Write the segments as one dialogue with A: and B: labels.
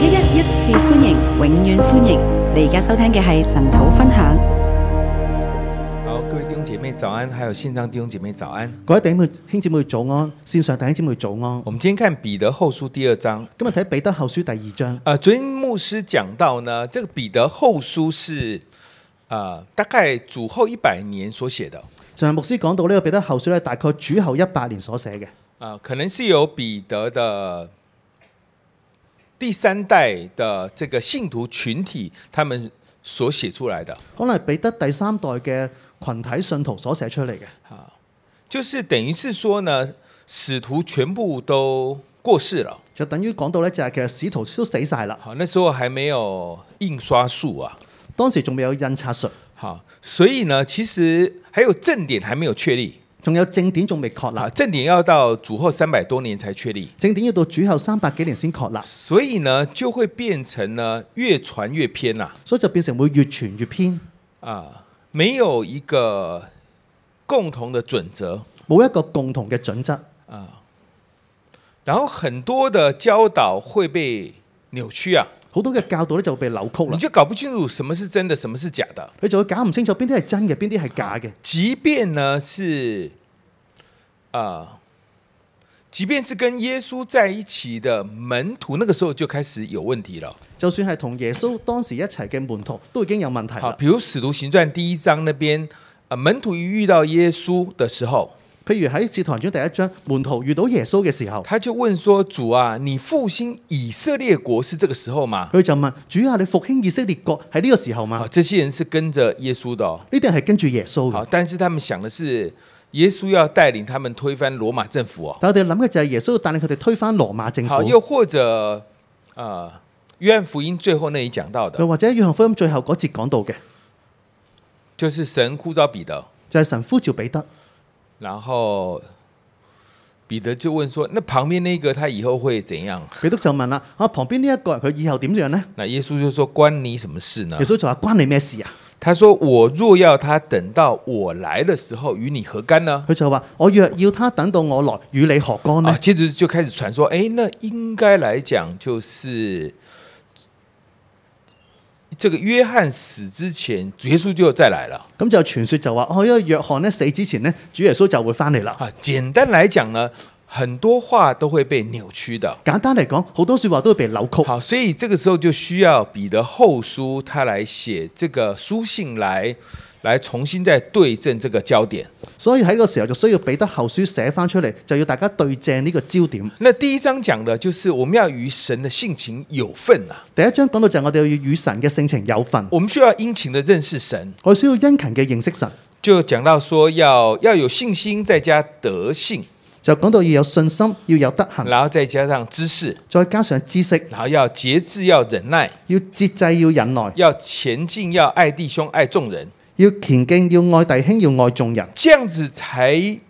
A: 一一一次歡迎，永遠歡迎！你而家收聽嘅係神土分享。
B: 好，各位弟兄姐妹早安，還有線上弟兄姐妹早安。
C: 各位弟兄妹兄姊妹早安，線上弟兄姊妹早安。
B: 我們今天看彼得後書第二章。
C: 今日睇彼得後書第二章，
B: 呃，昨天牧師講到呢，這個彼得後書是呃大概主後一百年所寫的，
C: 上日牧師講到呢個彼得後書咧，大概主後一百年所寫嘅，
B: 呃，可能是由彼得的第三代的這個信徒群體他們所寫出來的，
C: 可能係彼得第三代嘅群體信徒所寫出嚟嘅，
B: 就是等於是說呢，使徒全部都過世了。
C: 就等於講到咧就係其實使徒都死晒啦，
B: 好，那時候還沒有印刷術啊，
C: 當時仲未有印刷術，
B: 好，所以呢，其實還有正典還沒有確立
C: 仲有正典仲未確
B: 啊，
C: 立，
B: 正典要到主後三百多年才確立，
C: 正典要到主後三百幾年先確立，
B: 所以呢，就會變成呢越傳越偏啦
C: 所以就變成會越傳越偏，
B: 啊，沒有一個共同的準則
C: 冇一個共同嘅準則，
B: 啊，然後很多的教導會被扭曲啊，
C: 好多嘅教導咧就被扭曲
B: 你
C: 啦，
B: 就搞不清楚什麼是真的，什麼是假的。
C: 你就會搞唔清楚邊啲係真嘅，邊啲係假嘅，
B: 即便呢是啊、即便是跟耶穌在一起的门徒，那个时候就开始有問題了。
C: 就算係同耶穌當時一齊嘅門徒都已經有問題
B: 好，
C: 啦。
B: 比如《使徒行傳》第一章那邊，啊，门徒一遇到耶穌的時候，
C: 譬如喺《使徒行傳》第一章，門徒遇到耶穌嘅時候，
B: 他就問說：“主啊，你復興以色列國是這個時候嗎
C: 佢就問：主啊，你復興以色列國喺呢個時候？”嘛？
B: 好，
C: 呢
B: 這些人是跟着耶穌的、哦。
C: 啲人係跟住耶穌
B: 好，
C: 嘅，
B: 但是他們想的是耶穌要帶領他們推翻羅馬政府哦。
C: 但我哋諗嘅就係耶穌帶領佢哋推翻羅馬政
B: 好，又
C: 府。
B: 或者，呃，約翰福音最後那裡講到的
C: 又，或者約翰福音最後嗰節講到嘅，
B: 就是神呼召彼得，
C: 就係、神呼召彼得，
B: 然後彼得就問說：“那旁邊那個他以後會怎樣
C: 彼得就問啦：啊，旁邊呢一個人佢以後點樣呢？？”
B: 那耶穌就說：“關你什麼事呢
C: 耶穌就話：關你咩事啊？？”
B: 他說：“我若要他等到我來的時候，與你何干呢
C: 佢就話：我若要他等到我來，與你何？”干
B: 啊，
C: 呢？
B: 接着就開始傳說：“哎，那應該來講就是這個約翰死之前，耶穌就再來了。”
C: 咁就傳說就話：哦，因為約翰呢死之前呢，主耶穌就會翻嚟啦。
B: 啊，簡單來講呢，很多話都會被扭曲的。
C: 簡單嚟講，好多説話都會被扭曲。
B: 好，所以这个时候就需要彼得后书他来写这个书信来，来重新再对正这个焦点。
C: 所以喺呢個時候就需要彼得後書寫翻出嚟，就要大家對正呢個焦點。
B: 那第一章講的就是我們要與神的性情有份啊，
C: 第一章講到就係我哋要與神嘅性情有份，
B: 我們需要殷勤的認識神，
C: 我哋需要殷勤嘅認識神，
B: 就講到說要要有信心，再加德性，
C: 就講到要有信心，要有德行，
B: 然後再加上知識，
C: 再加上知識，
B: 然後要節制，要忍耐，
C: 要節制，要忍耐，
B: 要前進，要愛弟兄，愛眾人，
C: 要虔敬，要愛弟兄，要愛眾人，
B: 這樣子才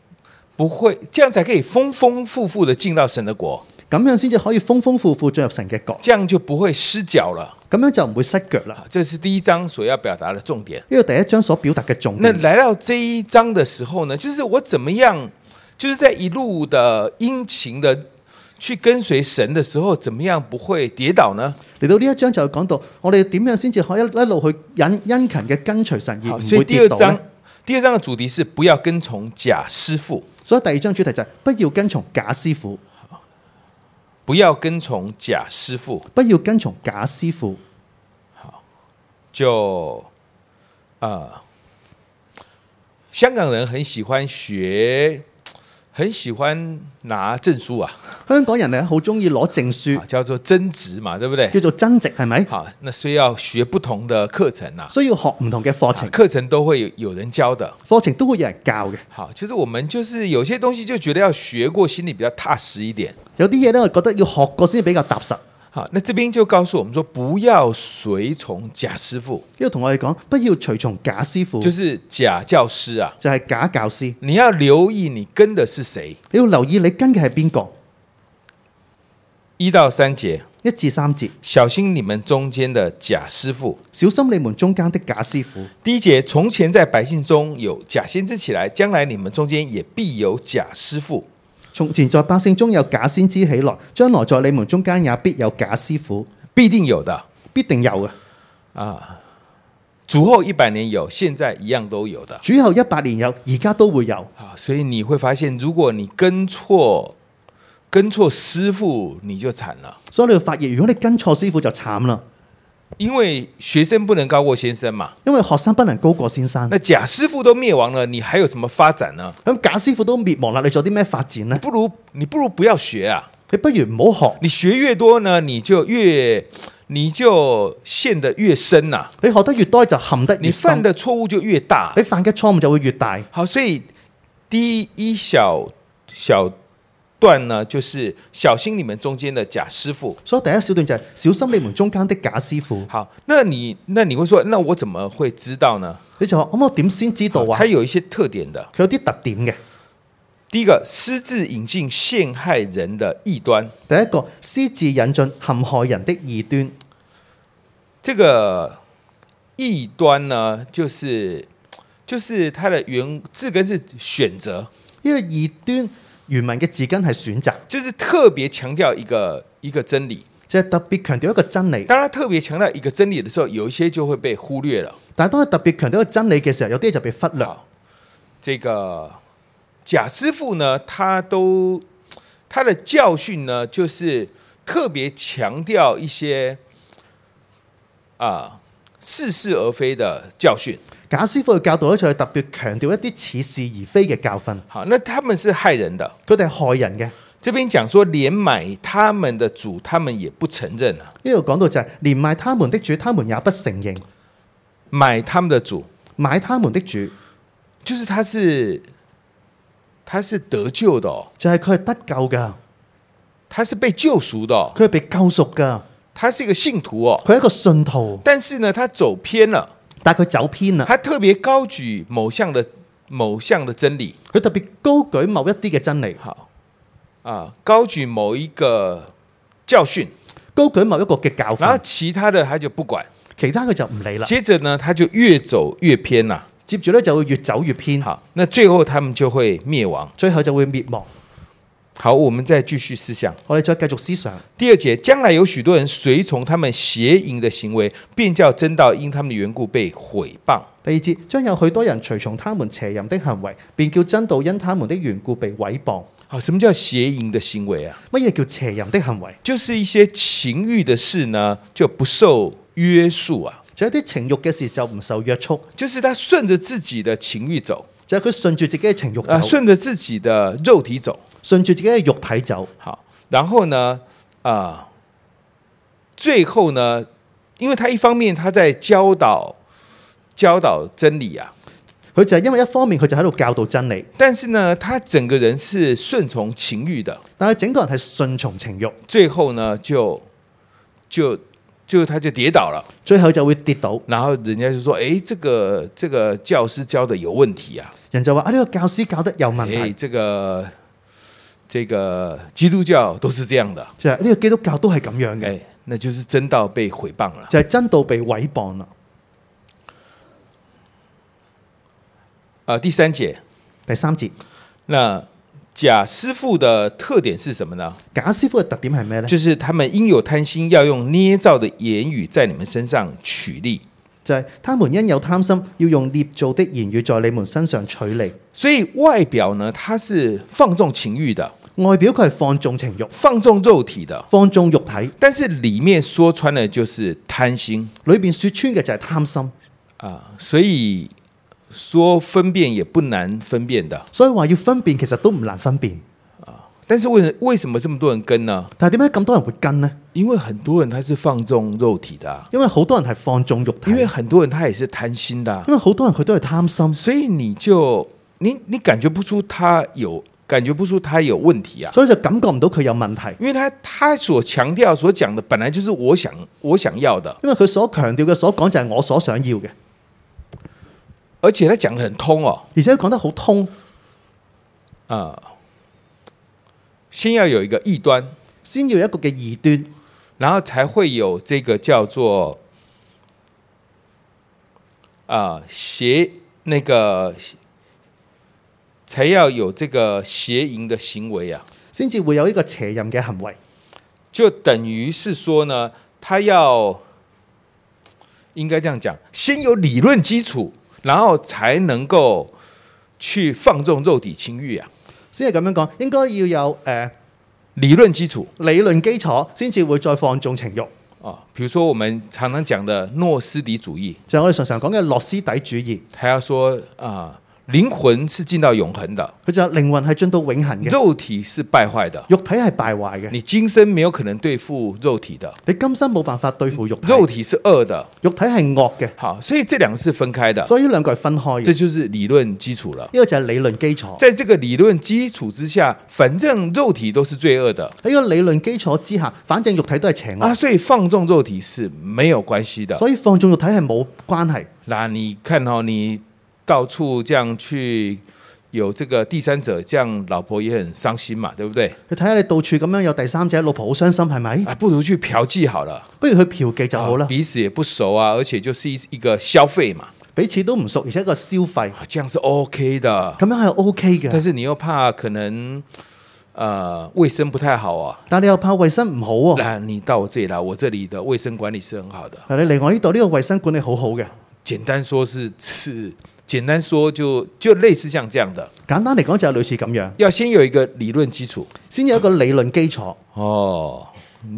B: 不會，這樣才可以豐豐富富的進到神的國，
C: 咁樣先至可以豐豐富富進入神嘅國，
B: 這樣就不會失腳了。
C: 咁樣就唔會失腳啦。
B: 啊，這是第一章所要表達的重點。
C: 呢個第一章所表達嘅重
B: 那
C: 點。
B: 來到這一章的時候呢，就是我怎麼樣，就是在一路的殷勤的去跟隨神的時候，怎麼樣不會跌倒呢？
C: 嚟到呢一章就講到我哋點樣先至可以一一路去殷殷勤嘅跟隨神而
B: 好，
C: 唔
B: 所以
C: 會
B: 第
C: 跌
B: 二
C: 倒
B: 章
C: 呢，
B: 第二章的主題是不要跟從假師傅，
C: 所以第二章主題就係不要跟從假師傅。
B: 不要跟從假師傅，
C: 不要跟從假師傅，
B: 就啊、呃香港人很喜歡學，很喜歡拿證書啊，
C: 香港人咧好中意攞證書
B: 啊，叫做增值嘛，對不對？
C: 叫做增值，係咪？
B: 好，那所以要學不同的課程啊，
C: 需要學唔同嘅課程，
B: 課程都會有有人教的。
C: 課程都會有人教嘅。
B: 好，就是我們就是有些東西就覺得要學過，心裡比較踏實一點。
C: 有啲嘢咧，我覺得要學過先比較踏實。
B: 好，那這邊就告訴我們說，不要隨從假師傅，
C: 呢度同我哋講，不要隨從假師傅，
B: 就是假教師啊。
C: 就係假教師。
B: 你要留意你跟的是誰。
C: 你要留意你跟嘅係邊個。
B: 一到三節，
C: 一至三節，
B: 小心你們中間的假師傅。
C: 小心你們中間的假師傅。
B: 第一節，從前在百姓中有假先知起來，將來你們中間也必有假師傅。
C: 從前在百姓中有假先知起來，將來在你們中間也必有假師傅。
B: 必定有的
C: 必定有嘅。
B: 啊。主后一百年有，现在一样都有的。
C: 主後一百年有，而家都會有。
B: 啊，所以你会发现，如果你跟错跟错师傅，你就惨了，
C: 所以你會發現，如果你跟錯師傅就慘啦，
B: 因为学生不能高过先生嘛。
C: 因為學生不能高過先生。
B: 那假师傅都灭亡了，你还有什么发展呢？
C: 咁假師傅都滅亡啦，你做啲咩發展呢？
B: 不如你不如不要学啊！
C: 你不如唔好學，
B: 你学越多呢，你就越你就陷得越深呐、
C: 你學得越多就陷得
B: 你
C: 越
B: 犯
C: 深，
B: 的错误就越大。
C: 你犯嘅錯誤就會越大。
B: 好，所以第一小小段呢，就是小心你们中间的假师傅。
C: 所以第一小段就係、小心你們中間的假師傅。
B: 好，那你那你会说，那我怎么会知道呢？
C: 你就話咁我點先知道啊
B: 它？有一些特点的。
C: 佢有啲特點嘅。
B: 第一个，私自引进陷害人的异端。
C: 第一個私自引進陷害人的異端，
B: 这个异端呢，就是就是它的原字根是选择，
C: 因為異端原文嘅字根係選擇，
B: 就是特别強調一個一個真理。
C: 就係、特別強調一個真理。
B: 當他特別強調一個真理的時候，有一些就會被忽略了。
C: 但係當佢特別強調一個真理嘅時候，有啲嘢就被忽略。
B: 好，这个贾师傅呢，他都他的教训呢，就是特别强调一些啊似是而非的教訓。
C: 假師傅嘅教導咧，就係特別強調一啲似是而非嘅教訓，
B: 好，那他們是害人的。
C: 佢哋係害人嘅。
B: 這邊講說，連買他們的主，他們也不承認啊，
C: 呢度講到就係、連賣他們的主，他們也不承認；
B: 買他們的主，
C: 買他們的主，
B: 就是他是他是得救的哦，
C: 就係佢係得救㗎，
B: 他是被救赎的哦，
C: 佢係被救贖㗎，
B: 他是一個信徒哦。
C: 佢係一個信徒，
B: 但是呢，他走偏了，
C: 但係佢走偏啦。
B: 他特別高舉某項的某項的真理，
C: 佢特別高舉某一啲嘅真理，
B: 好啊，高舉某一個教訓，
C: 高舉某一個嘅教
B: 然後
C: 訓，
B: 其他的他就不管。
C: 其他佢就唔理啦。
B: 接着呢，他就越走越偏了。
C: 接住咧就會越走越偏，
B: 好，那最後他們就會滅亡。
C: 最後就會滅亡。
B: 好，我們再繼續思想。
C: 我哋再繼續思想。
B: 第二节，将来有许多人随从他们邪淫的行为，便叫真道因他们的缘故被毁谤。
C: 第二節將有許多人隨從他們邪淫的行為，便叫真道因他們的緣故被毀謗。
B: 好，什麼叫邪淫的行為啊？
C: 乜嘢叫邪淫的行為？
B: 就是一些情欲的事呢，就不受约束啊，
C: 就一啲情欲嘅事就唔受約束，
B: 就是他順着自己的情欲走，
C: 就係佢順住自己嘅情欲走，
B: 啊、
C: 順
B: 順着自己的肉體走。
C: 住自己嘅肉體走。
B: 好，然後呢，啊、最後呢，因為他一方面他在教导教导真理啊，
C: 佢就係因為一方面佢就喺度教導真理，
B: 但是呢，他整個人是順從情欲的。
C: 但係整個人係順從情欲，
B: 最後呢，就就就他就跌倒了，
C: 最後就會跌倒。
B: 然后人家就說：“哎，這個這個教師教的有問題啊，
C: 人就話：啊呢、個教師教得有問題，
B: 哎，這個這個基督教都是這樣的，
C: 就係呢個基督教都係咁樣嘅，
B: 哎，那就是真道被毀謗了。
C: 就係真道被毀謗啦。
B: 呃”第三節，
C: 第三節，
B: 那假師傅的特點是什麼呢？
C: 假師傅嘅特點係咩呢？
B: 就是他們因有貪心，要用捏造的言語在你們身上取利。
C: 就係、他們因有貪心，要用捏造的言語在你們身上取利。
B: 所以外表呢，他是放縱情欲的，
C: 外表佢係放縱情欲、
B: 放縱肉體的，
C: 放縱肉體，
B: 但是里面说穿了就是贪心
C: 裏邊説穿嘅就係貪心。
B: 啊、所以说分辨也不难分辨的。
C: 所以話要分辨其實都唔難分辨。
B: 但是為为什么這麼多人跟呢？
C: 但係點解咁多人會跟呢？
B: 因為很多人他是放縱肉體的啊、
C: 因為好多人係放縱肉體，
B: 因為很多人他也是贪心的啊、
C: 因為好多人佢都係貪心，
B: 所以你就你你感覺不出他有感覺不出他有問題啊，
C: 所以就感覺唔到佢有問題。
B: 因為他他所強調所講的本來就是我想我想要的，
C: 因為佢所強調嘅所講就係我所想要嘅，
B: 而且他講的很通哦
C: 而且佢講得好通。
B: 啊、先要有一個異端。
C: 先要有一個嘅異端，
B: 然后才会有这个叫做啊、邪那个，才要有这个邪淫的行为啊，
C: 先至會有呢個邪淫嘅行為，
B: 就等于是说呢，他要应该这样讲，先有理论基础，然后才能够去放纵肉体情欲啊。
C: 先係咁樣講，應該要有誒、呃
B: 理论基础
C: 理論基礎，先至會再放縱情慾。
B: 啊，比如说我们常常讲的诺斯底主义，
C: 就係我哋常常講嘅洛斯底主義，
B: 他要说啊，灵魂是进到永恒的，
C: 佢就係靈魂係進到永恆嘅，
B: 肉体是败壞的，
C: 肉體係敗壞嘅，
B: 你今生没有可能对付肉体的，
C: 你今生冇辦法對付肉體，
B: 肉體是恶的。
C: 肉體係惡嘅，
B: 好，所以这两个是分开的，
C: 所以呢兩個係分開嘅。
B: 这就是理论基础了。
C: 呢個就係理論基礎。
B: 在这个理论基础之下，反正肉体都是罪恶的
C: 喺個理論基礎之下，反正肉體都係邪
B: 啊，
C: 惡，
B: 所以放纵肉体是没有关系的。
C: 所以放縱肉體係冇關係。
B: 那你看哦，你到处这样去有这个第三者，这样老婆也很伤心嘛，对不对？
C: 你睇下你到處咁樣有第三者，老婆好傷心係咪？
B: 啊，不如去嫖妓好了，
C: 不如去嫖妓就好啦
B: 啊，彼此也不熟啊，而且就是一一个消费嘛，
C: 彼此都唔熟，而且一個消費，
B: 啊这样是 OK 的。
C: 咁樣係 O K
B: 但
C: 嘅。
B: 是你又怕可能呃卫生不太好啊，
C: 但你又怕衞生唔好喎、
B: 那你到我这里来，我这里的卫生管理是很好的。
C: 係你嚟我呢度呢個衞生管理好好嘅。
B: 简单说是是，简单说就就类似像这样的，
C: 簡單嚟講就係類似咁樣，
B: 要先有一个理论基础
C: 先有一個理論基礎，
B: 哦。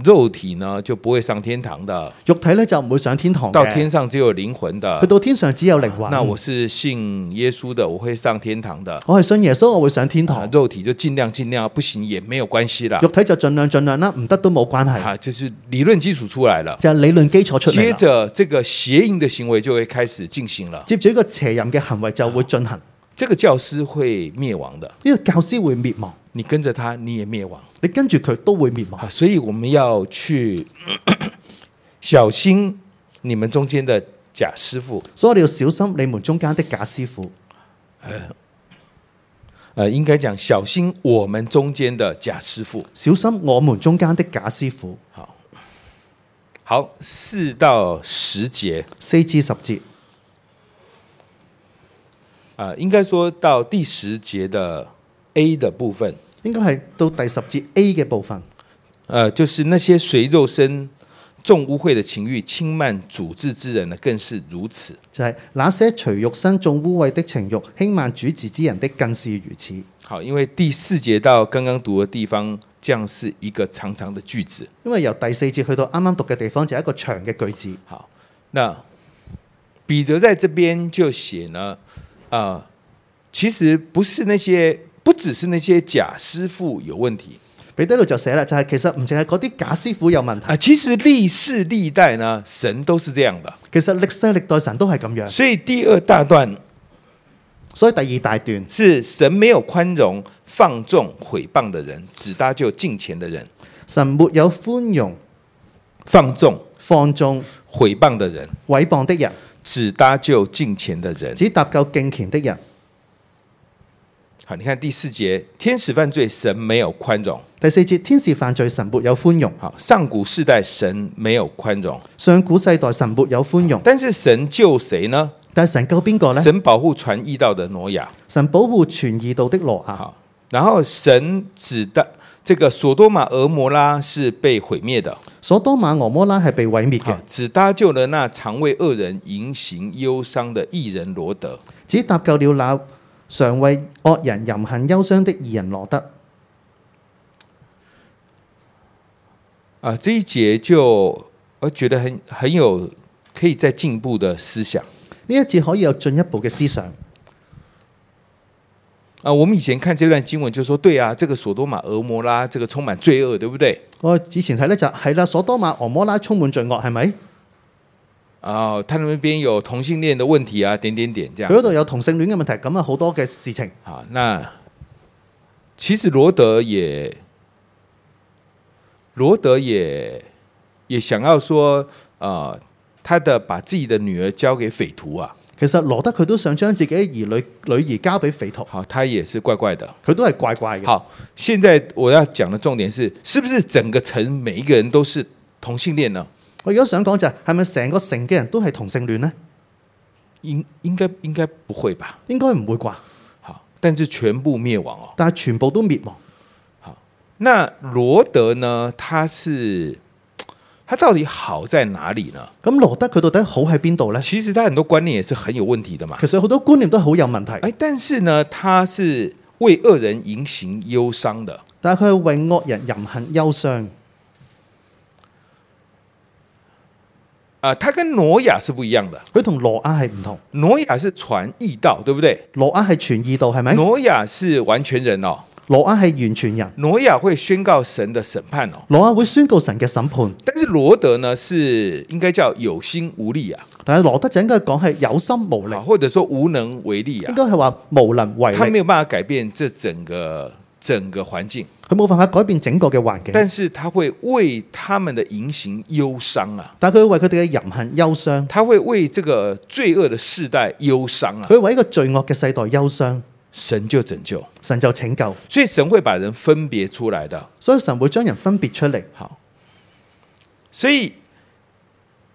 B: 肉体呢就不会上天堂的，
C: 肉體咧就唔會上天堂
B: 到
C: 嘅
B: 天上只有灵魂
C: 去
B: 的。
C: 到天上只有靈魂。
B: 那我是信耶稣的，我会上天堂的。
C: 我係信耶穌，我會上天
B: 啊
C: 堂。，
B: 肉体就尽量尽量，不行也没有关系啦
C: 肉。體就盡量盡量啦，唔得都冇關係，
B: 啊，就是理论基础出来了，
C: 就係理論基礎出嚟
B: 接
C: 啦。
B: 着这个邪淫的行为就会開始進行了，
C: 接住呢個邪淫嘅行為就會進行，呢、
B: 这個教師會滅亡的，
C: 個教師會滅亡，
B: 你跟着他你也滅亡
C: 你跟住佢都會滅亡。
B: 啊，所以我們要去 小心你們中間的假師傅，
C: 所以我哋要小心你們中間的假師傅，
B: 呃，應該講小心我們中間的假師傅。
C: 小心我們中間的假師傅。
B: 好，四到十節
C: 四至十節，
B: 啊、呃應該說到第十節的 A 的部分，
C: 應該係到第十節 A 嘅部分，
B: 呃，就是那些随肉身重污秽的情欲轻慢主治之人呢，更是如此。
C: 就係、那些隨肉身種污穢的情慾、輕慢主治之人的，更是如此。
B: 好，因為第四節到剛剛讀的地方，这样是一個長長的句子。
C: 因為由第四節去到啱啱讀嘅地方就係一個長嘅句子，
B: 好，那彼得在這邊就寫呢，啊，其實不是那些，不只是那些假師傅有問題
C: 彼得喺度就寫啦，就係、其實唔淨係嗰啲假師傅有問題，
B: 啊，其實歷世歷代呢，神都是這樣的。
C: 其實歷世歷代神都係咁樣。
B: 所以第二大段
C: 所以第二大段
B: 是神沒有寬容放縱毀謗的人，只搭救敬虔的人，
C: 神沒有寬容
B: 放縱
C: 放縱
B: 毀謗的人，
C: 毀謗的人，
B: 只搭救敬虔的人。
C: 只搭救敬虔的人。
B: 好，你看第四节，天使犯罪，神没有宽容。
C: 第四節，天使犯罪，神沒有寬容；
B: 好，上古世代神没有宽容，
C: 上古世代神沒有寬容。
B: 但是神救谁呢？
C: 但神救邊個呢？
B: 神保护传义道的挪亚。
C: 神保護全義道的羅啊亞。
B: 好，然后神指的这个索多玛、俄摩拉是被毁灭的，
C: 所多瑪俄摩拉係被毀滅
B: 好
C: 嘅，，
B: 只搭救了那常为恶人淫行忧伤的艺人罗德。
C: 只搭救了那常為惡人淫行憂傷的義人羅德。
B: 啊，这一节就我觉得很很有可以再进一步的思想。
C: 呢一節可以有進一步嘅思想。
B: 啊，我们以前看这段经文就说，对啊，这个索多玛、俄摩拉这个充满罪恶，对不对？
C: 我以前睇呢就係啦，所多瑪俄摩拉充滿罪惡，係咪？
B: 啊、他那边有同性恋的问题啊，点点点这
C: 佢嗰度
B: 样。
C: 有同性戀嘅問題，咁啊好多嘅事情。
B: 好，那其实罗德也，罗德也也想要说，呃，他的把自己的女儿交给匪徒啊，
C: 其實羅德佢都想將自己嘅兒女女兒交俾匪徒，
B: 好，他也是怪怪的。
C: 佢都係怪怪嘅。
B: 好，现在我要讲的重点是，是不是整个城每一个人都是同性恋呢？
C: 我而家想講就係、係咪成個城嘅人都係同性戀呢？
B: 应应该应该不会吧？
C: 應該唔會啩，
B: 好，但是全部灭亡哦。
C: 但係全部都滅亡。
B: 那罗德呢？他是它到底好在哪里呢？
C: 咁羅德佢到底好喺邊度呢？
B: 其實它很多觀念也是很有問題的嘛
C: 其。實好多觀念都好有問題，
B: 哎，但是呢，它是為惡人引行憂傷的。
C: 但係佢係為惡人淫行憂傷。
B: 啊、它跟挪亞是不一樣的。
C: 佢同羅亞係唔同，
B: 挪亞是傳異道，對不對？
C: 羅亞係傳義道係咪？
B: 挪亞是完全人哦，
C: 羅亞係完全人，
B: 挪亞會宣告神的審判哦。
C: 羅亞會宣告神嘅審判。
B: 但是羅德呢，是應該叫有心無力啊，
C: 但係羅德就應該講係有心無力
B: 啊，或者說無能為力
C: 應
B: 啊，
C: 該係話無能為
B: 他
C: 力。
B: 沒有辦法改變這整個整個環境，
C: 佢冇辦法改變整個嘅環境，
B: 但是他會為他們的言行憂傷啊，
C: 但係佢為佢哋嘅淫行憂傷，
B: 他會為這個罪惡的世代憂傷啊，
C: 佢為一個罪惡嘅世代憂傷，
B: 神就拯救，
C: 神就拯救。
B: 所以神會把人分別出來的。
C: 所以神會將人分別出嚟，
B: 好，所以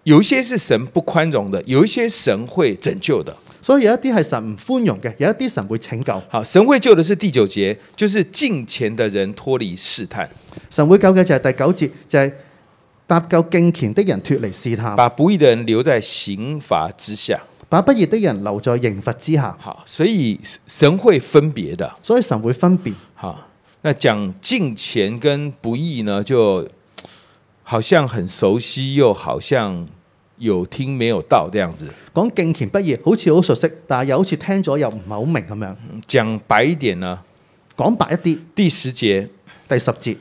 B: 有一些是神不寬容的，有一些神會拯救的。
C: 所以有一啲係神唔寬容嘅，有一啲神會拯救。
B: 好，神會救的是第九節，就是敬虔的人脫離試探，
C: 神會救嘅就係第九節，就係、搭救敬虔的人脱離試探，
B: 把不義的人留在刑罰之下。
C: 把不義的人留在刑罰之下。
B: 好，所以神會分別的。
C: 所以神會分別。
B: 好，那講敬虔跟不義呢，就好像很熟悉，又好像有聽沒有到這樣子。
C: 講敬虔不義好似好熟悉，但係又好似聽咗又唔係好明咁樣。
B: 講白一點呢，
C: 講白一啲，
B: 第十節
C: 第十節，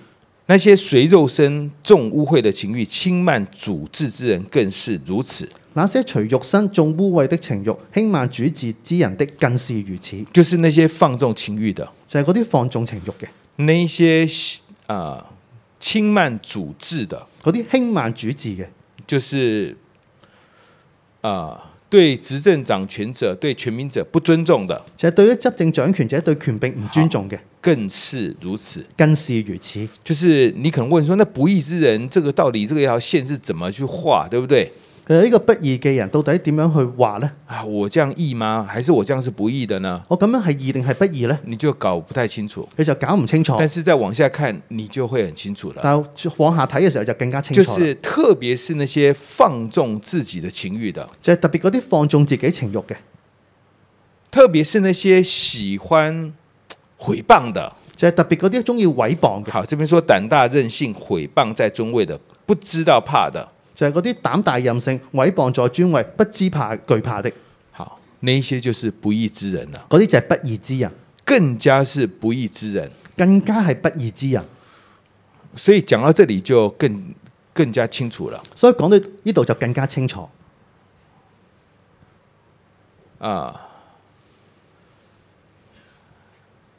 B: 那些随肉身重污秽的情欲轻慢主治之人更是如此，
C: 那些隨肉身重污穢的情欲、輕慢主治之人的，更是如此。
B: 就是那些放纵情欲的，
C: 就係嗰啲放縱情欲嘅，
B: 那一些啊、呃轻慢主治的，
C: 嗰啲輕慢主治嘅，
B: 就是啊、呃对执政掌权者、对全民者不尊重的，
C: 就係、對於執政掌權者對權柄唔尊重嘅，
B: 更是如此。
C: 更是如此。
B: 就是你可能問說，那不義之人，這個到底這個一條線是怎麼去畫，對不對？
C: 佢呢個不義嘅人到底點樣去話呢？哦
B: 啊，我這樣義嗎？還是我這樣是不義的呢？
C: 我咁樣係義定係不義呢？
B: 你就搞不太清楚。
C: 佢就搞唔清楚。
B: 但是再往下看，你就会很清楚了。
C: 但往下睇嘅時候就更加清楚
B: 就
C: 啦
B: 是，特别是那些放纵自己的情欲的，
C: 就係特別嗰啲放縱自己情欲嘅，
B: 特别是那些喜歡毁谤的。
C: 就係特別嗰啲中意毀謗嘅，
B: 好，这边说胆大任性、毁谤在尊位的，不知道怕的。
C: 就係嗰啲膽大任性、毀謗在尊位、不知怕懼怕的，
B: 好，那一些就是不義之人了，
C: 嗰啲就係不義之人，
B: 更加是不義之人。
C: 更加係不義之人。
B: 所以講到這裡就更更加清楚了
C: 所以講到呢度就更加清楚。
B: 啊，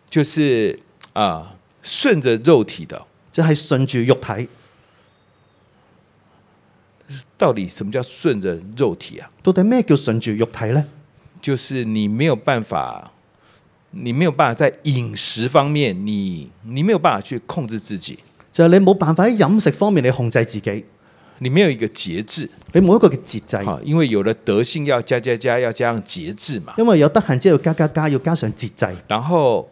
B: 就是啊，顺着肉体的，
C: 就係順住肉體，
B: 到底什么叫順着肉體啊？
C: 到底咩叫順住肉體呢？
B: 就是你沒有辦法，你沒有辦法在飲食方面，你你沒有辦法去控制自己，
C: 就係、你冇辦法喺飲食方面你控制自己，
B: 你沒有一個節制，啊
C: 你冇一個嘅節制，
B: 好，因為有了德性要加加加，要加上節制嘛。
C: 因為有得閒之後加加加，要加上節制，
B: 然後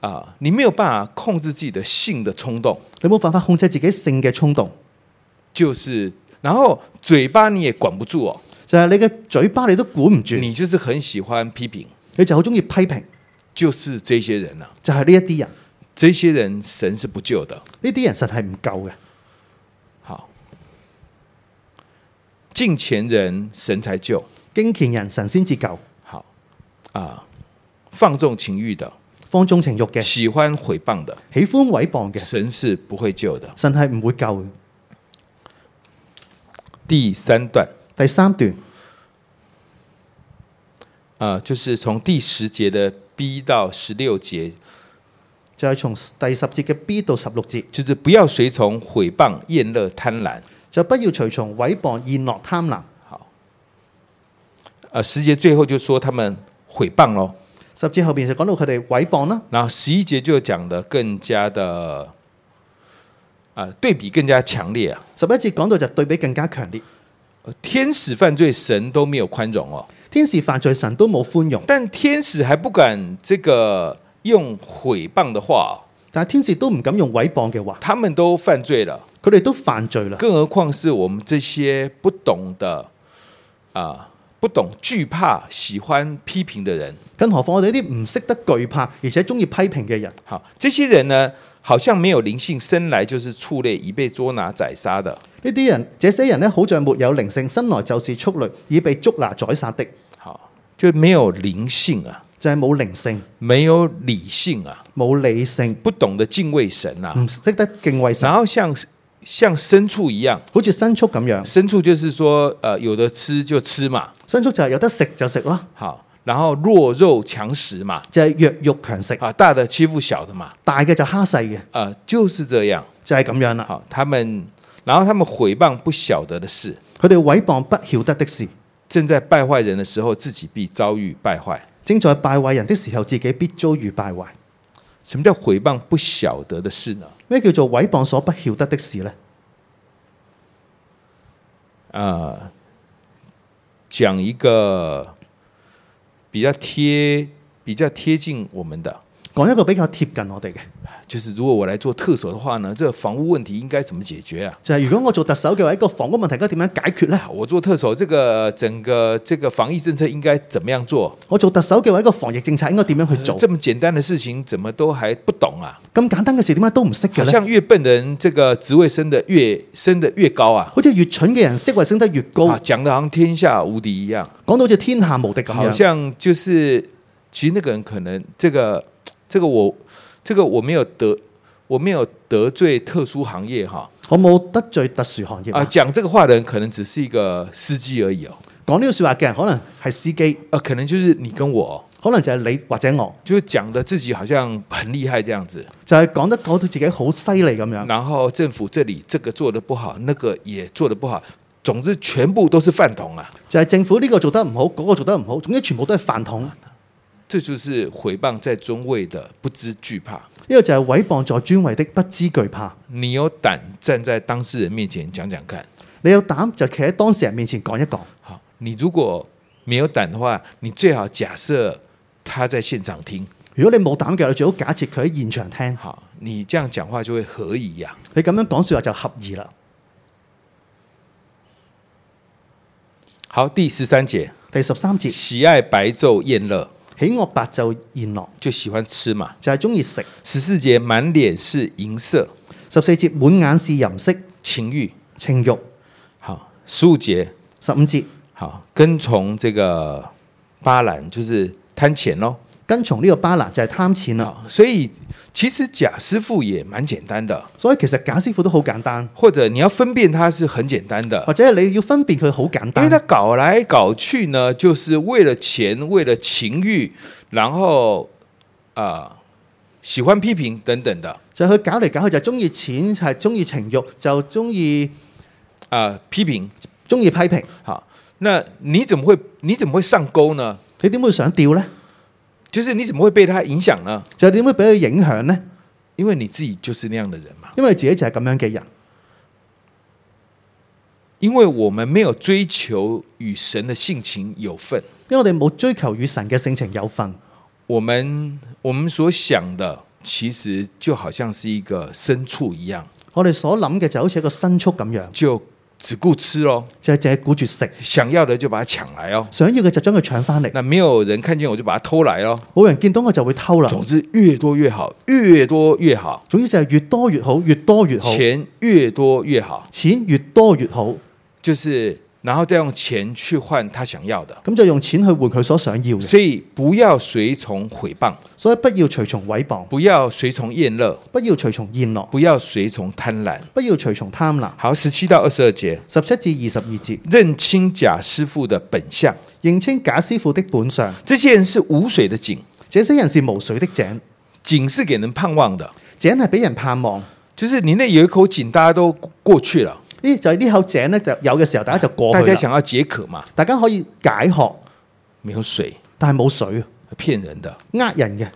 B: 啊、你沒有辦法控制自己的性的衝動，
C: 你冇辦法控制自己性嘅衝動，
B: 就是，然後嘴巴你也管不住哦，
C: 就係、你嘅嘴巴你都管唔住，
B: 你就是很喜歡批評，
C: 你就好中意批評，
B: 就是這些人啊，
C: 就係呢一啲人，
B: 這些人神是不救的。
C: 呢啲人實係唔夠嘅。
B: 好，敬虔人神才救。
C: 敬虔人神先至夠，
B: 好啊，放纵情欲的，
C: 放縱情欲嘅，
B: 喜歡毀謗的，
C: 喜歡毀謗嘅，
B: 神是不會救的。
C: 神係唔會救嘅。
B: 第三段
C: 第三段
B: 啊、就是從第十節的 B 到十六節，
C: 就係、從第十節嘅 B 到十六節，
B: 就是不要隨從毀謗、厭樂、貪婪。
C: 就不要隨從毀謗、宴樂、貪婪。
B: 呃，十節最後就說他們毀謗咯，
C: 十節後邊就講到佢哋毀謗啦，
B: 然後十一節就講的更加的啊、對比更加強烈啊。
C: 十一節講到就對比更加強烈。
B: 呃天使犯罪，神都沒有寬容哦。
C: 天使犯罪，神都冇寬容，
B: 但天使還不敢這個用毀謗的話哦、
C: 但係天使都唔敢用毀謗嘅話，
B: 他們都犯罪了，
C: 佢哋都犯罪啦，
B: 更何况是我们这些不懂的啊、不懂惧怕、喜欢批评的人。
C: 更何況我哋呢啲唔識得懼怕而且中意批評嘅人，
B: 好，这些人呢，好像没有灵性，生来就是畜类，已被捉拿宰杀的。
C: 呢啲人這些人呢，好像沒有靈性，生來就是畜類，已被捉拿宰殺的，
B: 好，就没有灵性啊，
C: 就係、冇靈性、
B: 没有理性啊，
C: 冇理性，
B: 不懂得敬畏神啊，
C: 唔識得敬畏神，
B: 然后像像牲畜一样，
C: 好似牲畜咁樣。
B: 牲畜就是说，呃，有的吃就吃嘛，
C: 牲畜就係有得食就食啦，
B: 好，然后弱肉强食嘛，
C: 就係、弱肉強食，
B: 啊，大的欺负小的嘛，
C: 大嘅就蝦細嘅，
B: 啊，就是这样。
C: 就係、咁樣啦。
B: 好，他们，然后他们毁谤不晓得的事，
C: 佢哋毀謗不曉得的事，
B: 正在败坏人的时候，自己必遭遇败坏。
C: 正在敗壞人的時候，自己必遭遇敗壞。
B: 什么叫毁谤不晓得的事呢？
C: 咩叫做毀謗所不曉得的事呢？
B: 呃，讲一个比较贴、比较贴近我们的，
C: 講一個比較貼近我哋嘅，
B: 就是如果我来做特首的话呢，这个房屋问题应该怎么解决啊？
C: 就係、如果我做特首嘅話，一個房屋問題應該點樣解決呢？
B: 啊我做特首，这个整个这个防疫政策应该怎么样做？
C: 我做特首嘅話，一個防疫政策應該點樣去做？
B: 这么简单的事情，怎么都还不懂啊？
C: 咁簡單嘅事點解都唔識嘅
B: 好
C: 呢？
B: 像越笨的人，这个职位升的越升的越高啊！
C: 好似越蠢嘅人識位升得越高，
B: 啊，讲的好像天下无敌一样，
C: 講到好似天下無敵咁
B: 好
C: 樣。
B: 像就是其实那个人可能这个这个我这个我没有得我没有得罪特殊行业哈
C: 我冇得罪特殊行業
B: 啊，
C: 啊，
B: 讲这个话的人可能只是一个司机而已哦，
C: 講呢個説話嘅人可能係司機，
B: 呃，可能就是你跟我哦、
C: 可能就係你或者我，
B: 就是讲的自己好像很厉害这样子，
C: 就係、講得講到自己好犀利咁樣。
B: 然后政府这里这个做的不好，那个也做的不好，总之全部都是饭桶啊，
C: 就係政府呢個做得唔好，嗰、個做得唔好，總之全部都係飯桶。呢、
B: 这就是毁谤在尊位的不知惧怕。
C: 個就係毀謗在尊位的，不知懼怕。
B: 你有胆站在当事人面前讲讲看。
C: 你有膽就企喺當事人面前講一講。
B: 好，你如果没有胆的话，你最好假设他在现场听。
C: 如果你冇膽嘅，你最好假設佢喺現場聽。
B: 好，你这样講話就會合宜啊呀、
C: 你咁樣講説話就合意啦。
B: 好，第十三节，
C: 第十三節，
B: 喜愛白晝宴樂，
C: 喜惡白晝宴樂，
B: 就喜歡吃嘛。
C: 就係中意食。
B: 十四节，滿臉是淫色、
C: 十四節滿眼是淫色、
B: 情欲。
C: 情慾。
B: 好，十五节，
C: 十五節
B: 好，跟從這個巴蘭就是貪錢咯。
C: 跟從呢個巴拿就係貪錢啦。
B: 好，所以其實贾師傅也蠻簡單的，
C: 所以其實假師傅都好簡單，
B: 或者你要分辨他是很簡單的。
C: 或者你要分辨佢好簡
B: 因为
C: 單
B: 他，搞来搞去呢，就是为了钱，为了情欲，然后啊、呃喜欢批评等等的
C: 就係佢搞嚟搞去就係中意錢，係中意情慾，就中意
B: 啊、呃批評。
C: 中意批評。
B: 好，那你怎么会你怎么会上钩呢？
C: 你點會想掉呢？
B: 就是你怎么会被他影响呢？
C: 就點會俾佢影響呢？
B: 因为你自己就是那样的人嘛。
C: 因為自己就係咁樣嘅人，
B: 因为我们没有追求与神的性情有份，
C: 因為我哋冇追求與神嘅性情有份，
B: 我们我们所想的其实就好像是一个牲畜一样，
C: 我哋所諗嘅就好似一個牲畜咁樣，
B: 就只顾吃咯，
C: 就係淨係顧住食，
B: 想要的就把它抢来哦。
C: 想要嘅就將佢搶翻嚟。
B: 那没有人看见我就把它偷来咯。
C: 冇人見到我就會偷啦。
B: 总之越多越好，越多越好，
C: 總之就係越多越好，越多越好，
B: 钱越多越好，
C: 錢越多越好，
B: 就是然后再用钱去換他想要的。
C: 咁就用錢去換佢所想要嘅。
B: 所以不要隨從毀谤，
C: 所以不要隨從毀謗，
B: 不要隨從厌樂，
C: 不要隨從宴樂，
B: 不要隨從貪婪。
C: 不要隨從貪婪。
B: 好，十七到二十二节，
C: 十七至二十二節，
B: 认清假师傅的本相。
C: 認清假師傅的本相。
B: 这些人是无水的井，
C: 這些人是無水的井，
B: 井是给人盼望的，
C: 井係俾人盼望。
B: 就是你那有一口井，大家都过去了，
C: 呢就係呢口井咧，就有嘅時候大家就過
B: 大
C: 去
B: 家
C: 啦
B: 想要解渴嘛，
C: 大家可以解渴，
B: 没有水，
C: 但係冇水，
B: 骗人的。
C: 呃人嘅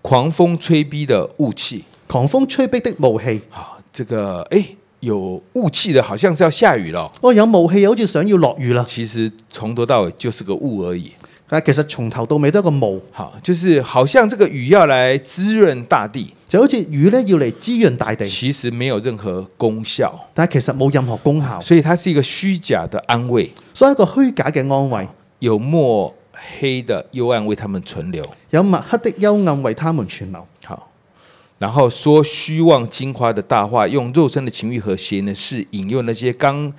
B: 狂风吹逼的雾气。
C: 狂風吹逼的霧氣。
B: 好，这个哎，有雾气的，好像是要下雨了。
C: 哦，有霧氣，好似想要落雨啦。
B: 其实从头到尾就是个雾而已。
C: 但係其實從頭到尾都係一個無，
B: 好，就是好像这个雨要来滋润大地，
C: 就好似雨咧要嚟滋潤大地，
B: 其实没有任何功效，
C: 但係其實冇任何功效，
B: 所以它是一个虚假的安慰，
C: 所以一個虛假嘅安慰，
B: 有墨黑的幽暗为他们存留。
C: 有墨黑的幽暗為他們存留。
B: 好，然后说虚妄精华的大话，用肉身的情欲和邪淫的事引诱那些刚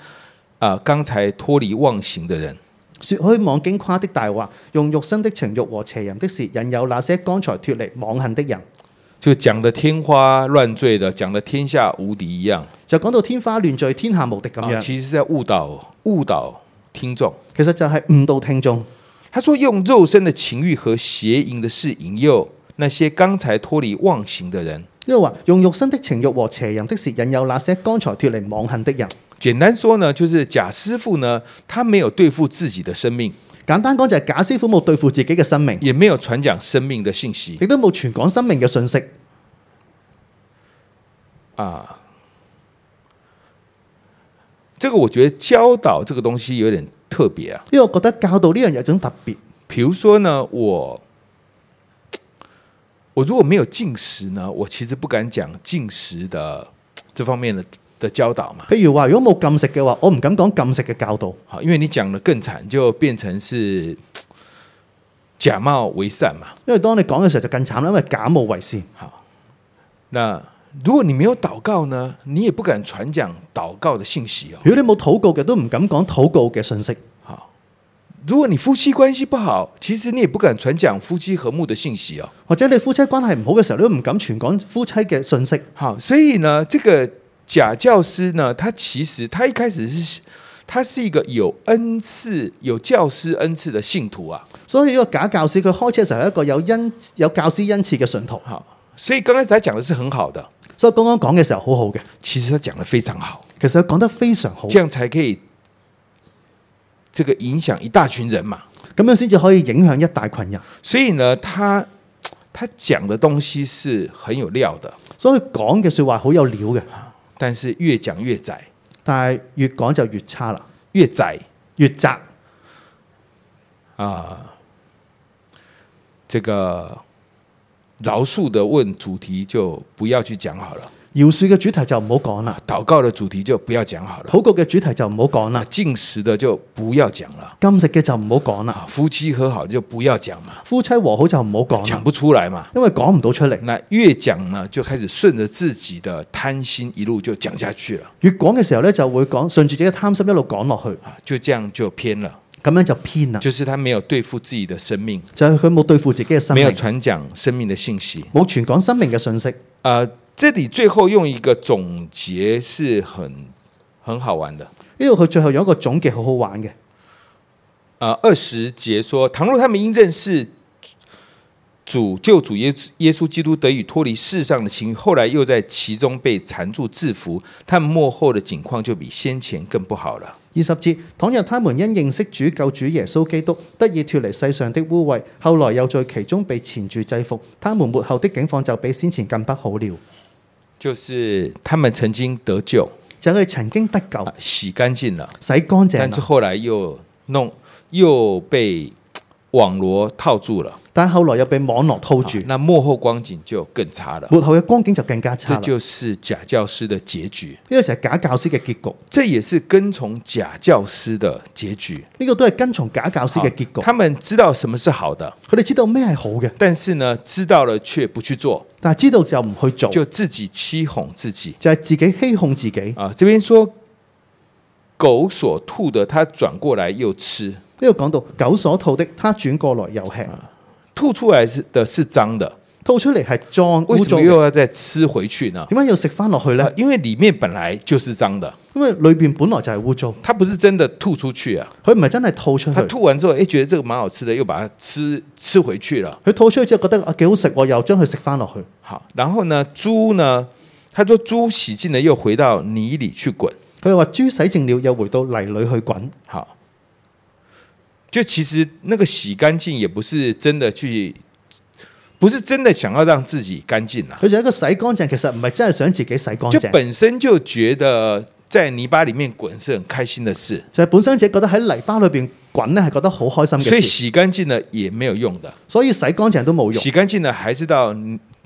B: 啊、刚才脱离妄行的人。
C: 說虛妄經誇的大話，用肉身的情欲和邪淫的事引誘那些剛才脱離妄行的人，
B: 就讲的天花乱坠的，講得天下無敵一樣，
C: 就講到天花亂墜、天下無敵咁
B: 啊
C: 樣。
B: 其實是在誤導誤導聽眾。
C: 其實就係誤導聽眾。
B: 他說用肉身的情欲和邪淫的事引誘那些剛才脱離妄行的人。
C: 因為話用肉身的情欲和邪淫的事引誘那些剛才脱離妄行的人。
B: 簡單說呢，就是假師傅呢，他沒有對付自己的生命，
C: 簡單講就係假師傅冇對付自己嘅生命，
B: 也沒有傳講生命的信息
C: 亦都冇傳講生命嘅信息。
B: 啊。這個我覺得教導這個東西有點特別啊。
C: 因為我覺得教導呢樣有種特別。
B: 比如说呢，我我如果没有进食呢，我其实不敢讲进食的这方面的的教导嘛。
C: 譬如話，如果冇禁食嘅話，我唔敢講禁食嘅教導，
B: 好，因为你讲的更惨，就变成是假冒为善嘛。
C: 因為當你講嘅時候就更慘啦，因為假冒為善。
B: 那如果你没有祷告呢，你也不敢传讲祷告的信息哦。
C: 如果你冇禱告嘅，都唔敢講禱告嘅信息。
B: 如果你夫妻关系不好，其实你也不敢传讲夫妻和睦的信息哦。
C: 或者你夫妻關係唔好嘅時候，你都唔敢傳講夫妻嘅信息。
B: 好，所以呢，这个假教师呢，他其实他一开始是他是一个有恩赐、有教师恩赐的信徒啊。
C: 所以呢個假教師佢開始嘅時候係一個有恩有教師恩賜嘅信徒，
B: 好，所以剛開始他講的是很好的，
C: 所以剛剛講嘅時候好好嘅，
B: 其實他講的非常好，
C: 其實佢講得非常好，
B: 這樣才可以这个影響一大群人嘛。
C: 咁樣先至可以影響一大群人。
B: 所以呢，他他講的東西是很有料的，
C: 所以講嘅説話好有料嘅，
B: 但是越講越窄，
C: 但係越講就越差啦，
B: 越窄
C: 越窄。
B: 啊，这个饶恕的问主题就不要去講好了，
C: 饒恕嘅主題就唔好講啦，
B: 祷告的主题就不要講好了，
C: 禱告嘅主題就唔好講
B: 那
C: 啦，
B: 进食的就不要講了
C: 禁食嘅就唔好講啦，
B: 啊，夫妻和好的就不要講嘛，
C: 夫妻和好就唔好講
B: 講
C: 啦，
B: 不出來嘛。
C: 因為講唔到出嚟，
B: 那越講呢，就開始順着自己的貪心一路就講下去了
C: 越講嘅時候咧就會講順住自己嘅貪心一路講落去，
B: 啊，就這樣就偏了，
C: 咁樣就偏啦，
B: 就是他沒有對付自己的生命，
C: 就係佢冇對付自己嘅生
B: 沒
C: 命
B: 有，傳講生命的信息。
C: 冇傳講生命嘅信息。
B: 呃，这里最後用一个總結是很很好玩的。
C: 呢度佢最後有一個總結，好好玩嘅。
B: 呃，二十节说，倘若他们因认识主救主耶稣耶稣基督，得以脱离世上的情欲，后来又在其中被缠住制服，他们幕后的境况就比先前更不好了。
C: 二十節，倘若他們因認識主救主耶穌基督，得以脱離世上的污穢，後來又在其中被纏住制服，他們末後的境況就比先前更不好了。
B: 就是他们曾经得救，
C: 就係佢曾經得救
B: 啊，洗干净了，
C: 洗乾淨
B: 但是
C: 啦，
B: 后来又弄又被网罗套住了，
C: 但後來又被網絡套
B: 啊
C: 住，
B: 那幕后光景就更差了。
C: 末後嘅光景就更加差
B: 这
C: 啦。呢
B: 就是假教师的结局，
C: 個就係假教師嘅結局，
B: 这也是跟從假教师的结局。
C: 呢個都係跟從假教師嘅結局。
B: 他们知道什么是好的，
C: 佢哋知道咩係好嘅，
B: 但是呢，知道了却不去做，
C: 但係知道就唔去做，
B: 就自己欺哄自己
C: 就係自己欺哄自己。呢
B: 啊。这边说，狗所吐的，它轉過來又吃，
C: 度講到狗所吐的，它轉過來又吃，
B: 啊吐出來是的是脏的，
C: 吐出嚟係髒
B: 為
C: 污
B: 什
C: 糟
B: 麼
C: 嘅
B: 又要再吃回去呢？
C: 點解要食翻落去
B: 啊
C: 呢？
B: 因為裡面本來就是脏的，
C: 因為裏邊本來就係污糟，
B: 它不是真的吐出去啊。
C: 佢唔係真係吐出去
B: 它，吐完之後，哎、覺得這個蠻好吃的，又把它吃吃回去了。
C: 佢吐出去之後覺得啊幾好食喎，又將佢食翻落去。
B: 好，然後呢，豬呢，他說豬洗淨了又回到泥裡去滾。
C: 佢又話豬洗淨了，又回到泥裏去滾。
B: 好，就其實那個洗乾淨也不是真的去，不是真的想要讓自己乾淨啦，
C: 佢就係一個洗乾淨，其實唔係真係想自己洗乾
B: 就
C: 淨，
B: 本身就覺得在泥巴裡面滾是很開心的事。
C: 就係本身自己覺得喺泥巴裏邊滾咧係覺得好開心
B: 所以
C: 嘅事，
B: 洗干净了也没有用的，
C: 所以洗乾淨都冇用。
B: 洗干净了还是到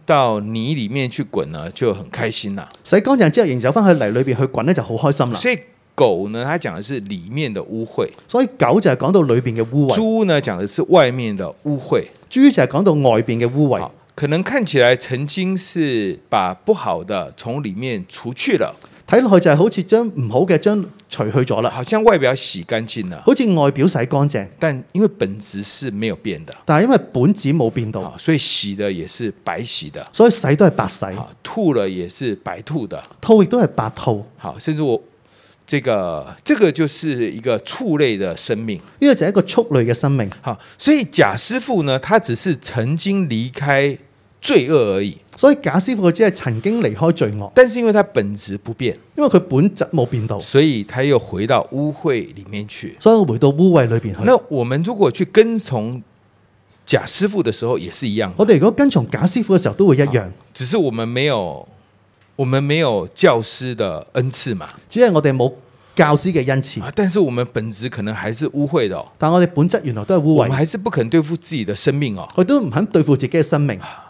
B: 到泥里面去滚呢，就很开心啦。
C: 洗乾淨之後，然後走翻去泥裏邊去滾咧就好開心啦。
B: 所以狗呢，它讲的是里面的污秽；
C: 所以狗就係講到裏邊嘅污穢，
B: 猪呢，講的是外面的污秽。
C: 豬就係講到外邊嘅污穢
B: 好。，可能看起来曾經是把不好的從里面除去了，
C: 睇落去就係好似將唔好嘅將除去咗啦，
B: 好像外表洗干淨了，
C: 好似外表洗乾淨，
B: 但因為本質是沒有變的，
C: 但係因為本子冇變到，
B: 好，所以洗的也是白洗的，
C: 所以洗都係白洗，
B: 好，吐了也是白吐的，
C: 吐亦都係白吐。
B: 好，甚至我这个这个就是一個畜類的生命，
C: 呢個就係一個畜類嘅生命。
B: 好，所以贾師傅呢，他只是曾經離開罪惡而已，
C: 所以假師傅佢只係曾經離開罪惡，
B: 但是因為他本質不變，
C: 因為佢本質冇變到，
B: 所以他又回到污秽里面去。
C: 所以我回到污穢裏邊去。
B: 那我们如果去跟从贾师傅的时候也是一样的，
C: 我哋如果跟從假師傅嘅時候都會一樣，
B: 只是我们没有我们没有教师的恩赐嘛，
C: 只係我哋冇教師嘅恩賜，
B: 啊，但是我们本质可能还是污秽的、哦，
C: 但我哋本質原來都係污
B: 我们
C: 穢，
B: 还是不肯对付自己的生命哦。
C: 佢都唔肯對付自己嘅生命。
B: 啊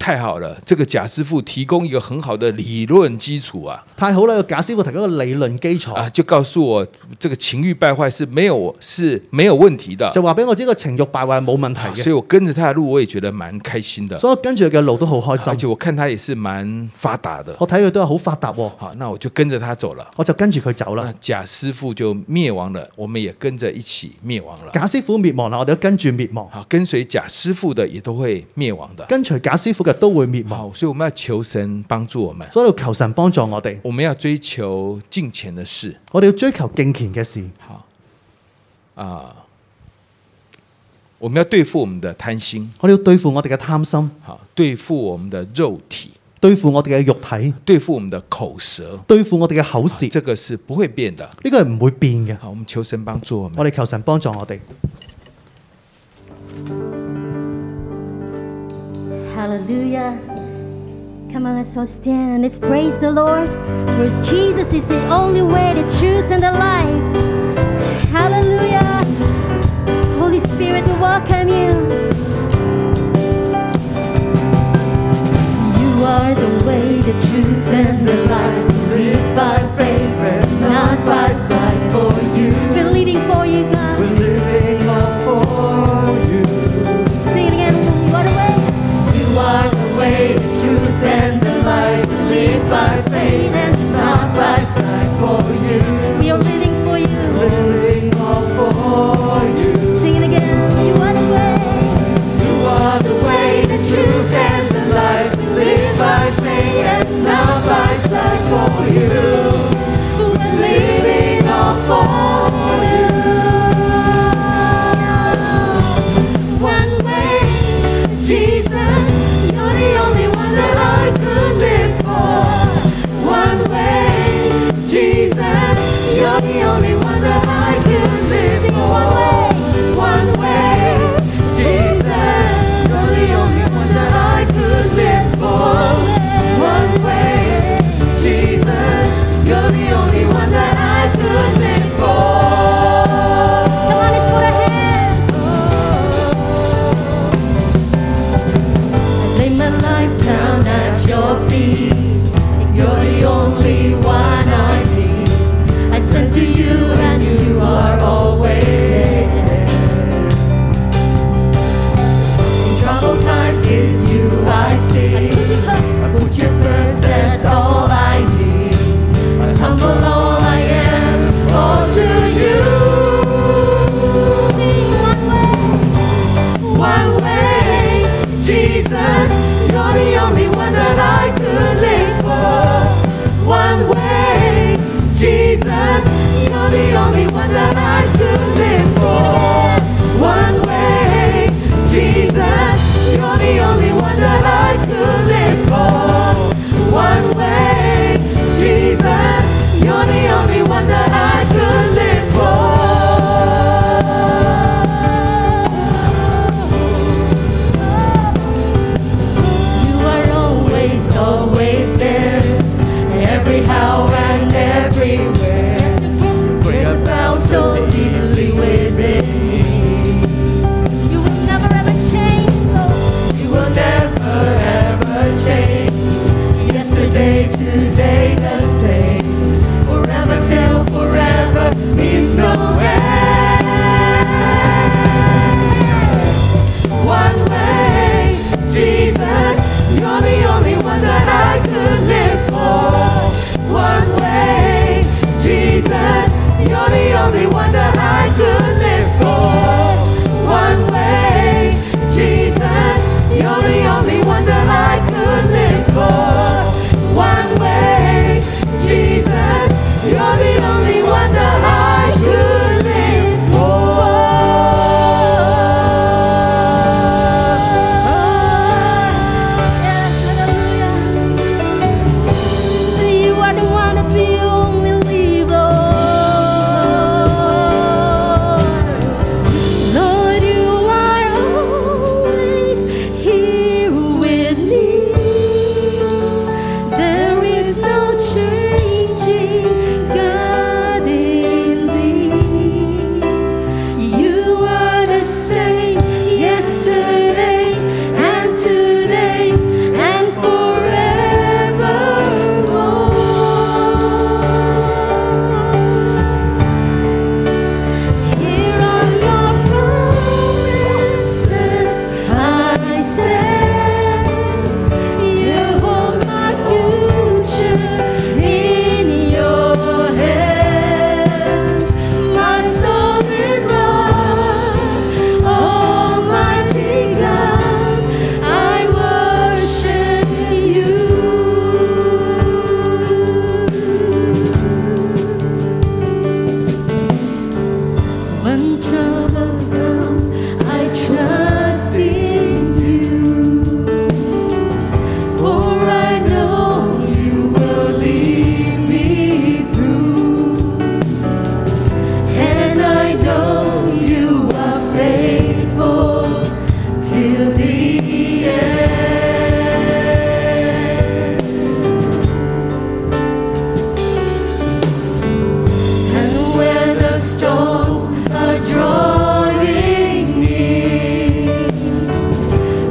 B: 太好了，这个贾师傅提供一个很好的理论基础啊
C: 太好啦！個假師傅提供一個理論基礎，
B: 啊，就告诉我这个情欲败坏是没有是没有问题的，
C: 就話俾我知個情慾敗壞係冇問
B: 啊
C: 題
B: 所
C: 嘅，
B: 以我跟着他的路我也觉得蛮开心的，
C: 所以我跟住佢嘅路都好
B: 而
C: 開
B: 且
C: 心。
B: 我看他也是蛮发达的，
C: 我睇佢都係好發達喎，
B: 好，那我就跟着他走了。
C: 我就跟住佢走
B: 那
C: 啦。
B: 贾师傅就灭亡了，我们也跟着一起灭亡了。
C: 假師傅滅亡啦，我哋都跟住滅亡，
B: 好，跟隨贾师傅的也都会灭亡的。
C: 跟隨假師傅嘅都會滅亡。
B: 好，所以我們要求神幫助我們，
C: 所以我哋求神幫助我哋，
B: 我們要追求敬虔的事。
C: 我哋要追求敬虔嘅事，
B: 好，啊，我們要對付我們的貪心，
C: 我哋要對付我哋嘅貪心，
B: 好，對付我們的肉體，
C: 對付我哋嘅肉體，
B: 對付我們的口舌，
C: 對付我哋嘅口舌，
B: 這個是不會變的。
C: 呢個係唔會變嘅。
B: 好，我們求神幫助我們
C: 我。哋求神幫助我哋。
D: Hallelujah. Come on, let's all stand and let's praise the Lord. For Jesus is the only way, the truth, and the life. Hallelujah. Holy Spirit, we welcome you. You are the way, the truth, and the life. We live by favor, not by sight. For you, we're living for you, God. We're living up for you. Sing it again. You are the way. You are the way, the truth, and the life. Live by faith and not by sight for you. We are living for you. Living all for you. Sing it again. You are the way. You are the way, the truth, and the life. We live by faith and not by sight for you. We're living all for you one way. Jesus, you're the only one that I could live for. One way. Jesus, you're the only one that I could live for. One way. Jesus, you're the only one that I could live for. One way. Jesus, you're the only one that I could live for. Come on, let's put our hands. Lay my life down at your feet. You're the only one I need. I turn to you and you are always there. In troubled times, it's you I see. I put you first, that's all I need. I humble all I am, all to you. Sing one way one way. Jesus, you're the only one that I could live for. One way. Jesus, you're the only one that I could live for. One way. Jesus, you're the only one that I could live for. One way. Jesus, you're the only one that I could live for. You are always, always there, every how and everywhere. For your bound so deeply within. You're the only one that I could live for. One way, Jesus. You're the only one that I could live for. One way, Jesus. You're the only one that I could live for. Yes, Oh, hallelujah. You are the one that we only live for. Lord, you are always here with me. There is no changing God in me. You are the same yesterday and today and forevermore. Here on your promises I stand. You hold my future in your hands. My solid rock, Almighty God, I worship you. When trouble comes, I trust in you. For I know you will lead me through. And I know you are faithful till the end. And when the storms are drawing near,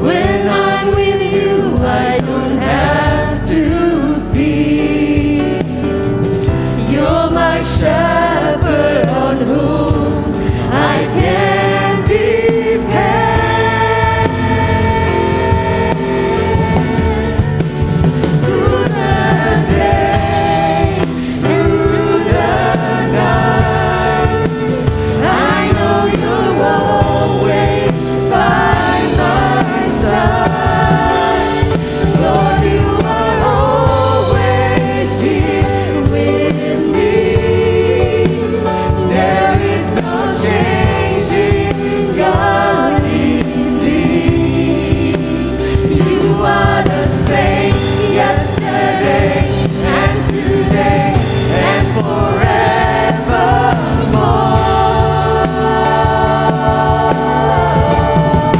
D: when I'm with you, I don't have to fear. You're my shepherd on whom I can depend. Through the day through the night, I know you're always by my side. Lord, you are always here with me. There is no changing God in thee. You are the same yesterday and today and forevermore.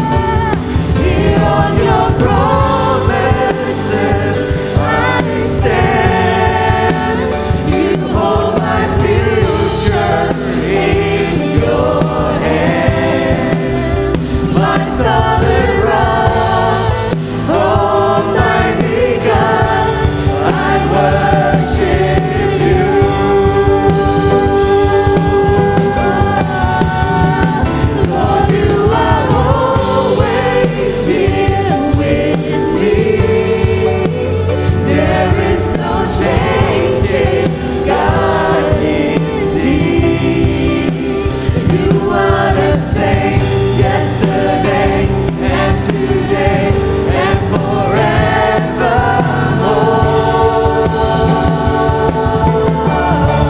D: Here on your promises I stand. You hold my future in your hand. My solid rock. Almighty God, I worship you. Lord, you are always here with me. There is no changing God in thee. You are the same yesterday and today and forevermore.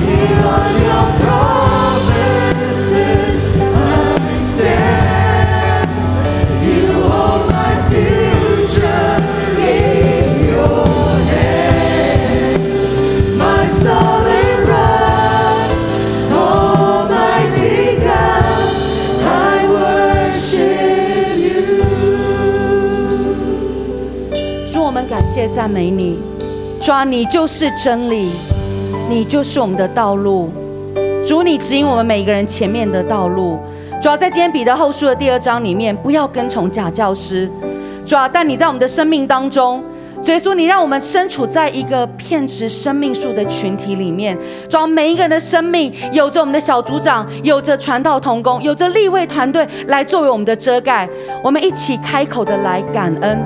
D: Here on your promises I stand. You hold my future in your hand. My solid rock. Almighty God, I worship you.
E: 主，我们感谢赞美你，主啊，你就是真理，你就是我们的道路。主，你指引我们每一个人前面的道路。主要啊在今天彼得后书的第二章里面，不要跟从假教师。主啊，但你在我们的生命当中，主耶稣，你让我们身处在一个骗植生命树的群体里面。主啊，每一个人的生命有着我们的小组长，有着传道同工，有着立位团队来作为我们的遮盖。我们一起开口的来感恩。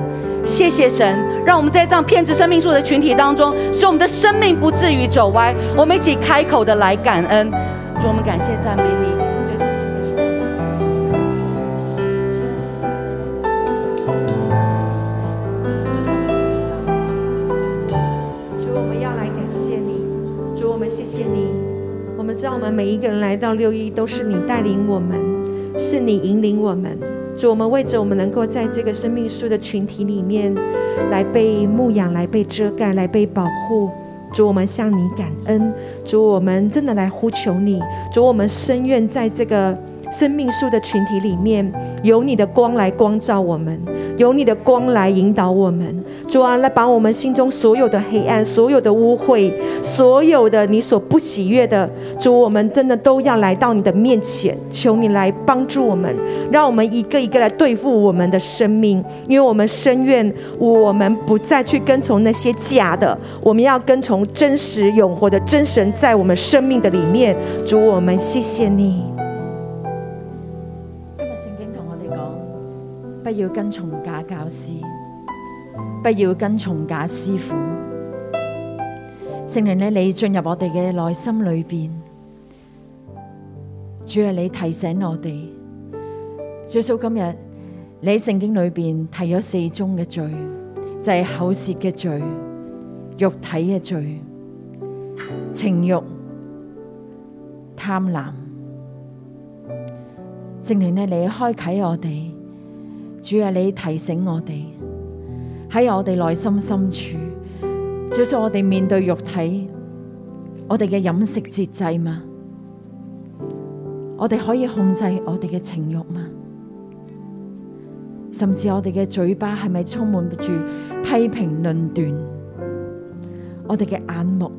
E: 谢谢神，让我们在这样偏执生命树的群体当中，使我们的生命不至于走歪。我们一起开口的来感恩，主，我们感谢赞美你。主耶稣谢谢你赞美你谢谢你感谢
F: 主，我们要来感谢你，主，我们谢谢你。我们知道我们每一个人来到六一都是你带领我们，是你引领我们。主，我们为着我们能够在这个生命树的群体里面来被牧养、来被遮盖、来被保护。主，我们向你感恩。主，我们真的来呼求你。主，我们深愿在这个生命树的群体里面，有你的光来光照我们，有你的光来引导我们。主啊，来把我们心中所有的黑暗、所有的污秽、所有的你所不喜悦的，主，我们真的都要来到你的面前，求你来帮助我们，让我们一个一个来对付我们的生命，因为我们深愿我们不再去跟从那些假的，我们要跟从真实永活的真神在我们生命的里面。主，我们谢谢你。
G: 今日聖經同我哋講，不要跟從假教師，不要跟從假師傅。聖靈呢，你進入我哋嘅內心裏邊，主係你提醒我哋。主耶穌今日你喺聖經裏邊提咗四宗嘅罪，就係、口舌嘅罪、肉體嘅罪、情慾、貪婪。圣灵咧，你开启我哋，主啊，你提醒我哋喺我哋内心深处，就算我哋面对肉体，我哋嘅饮食节制嘛，我哋可以控制我哋嘅情欲嘛，甚至我哋嘅嘴巴系咪充满住批评论断，我哋嘅眼目，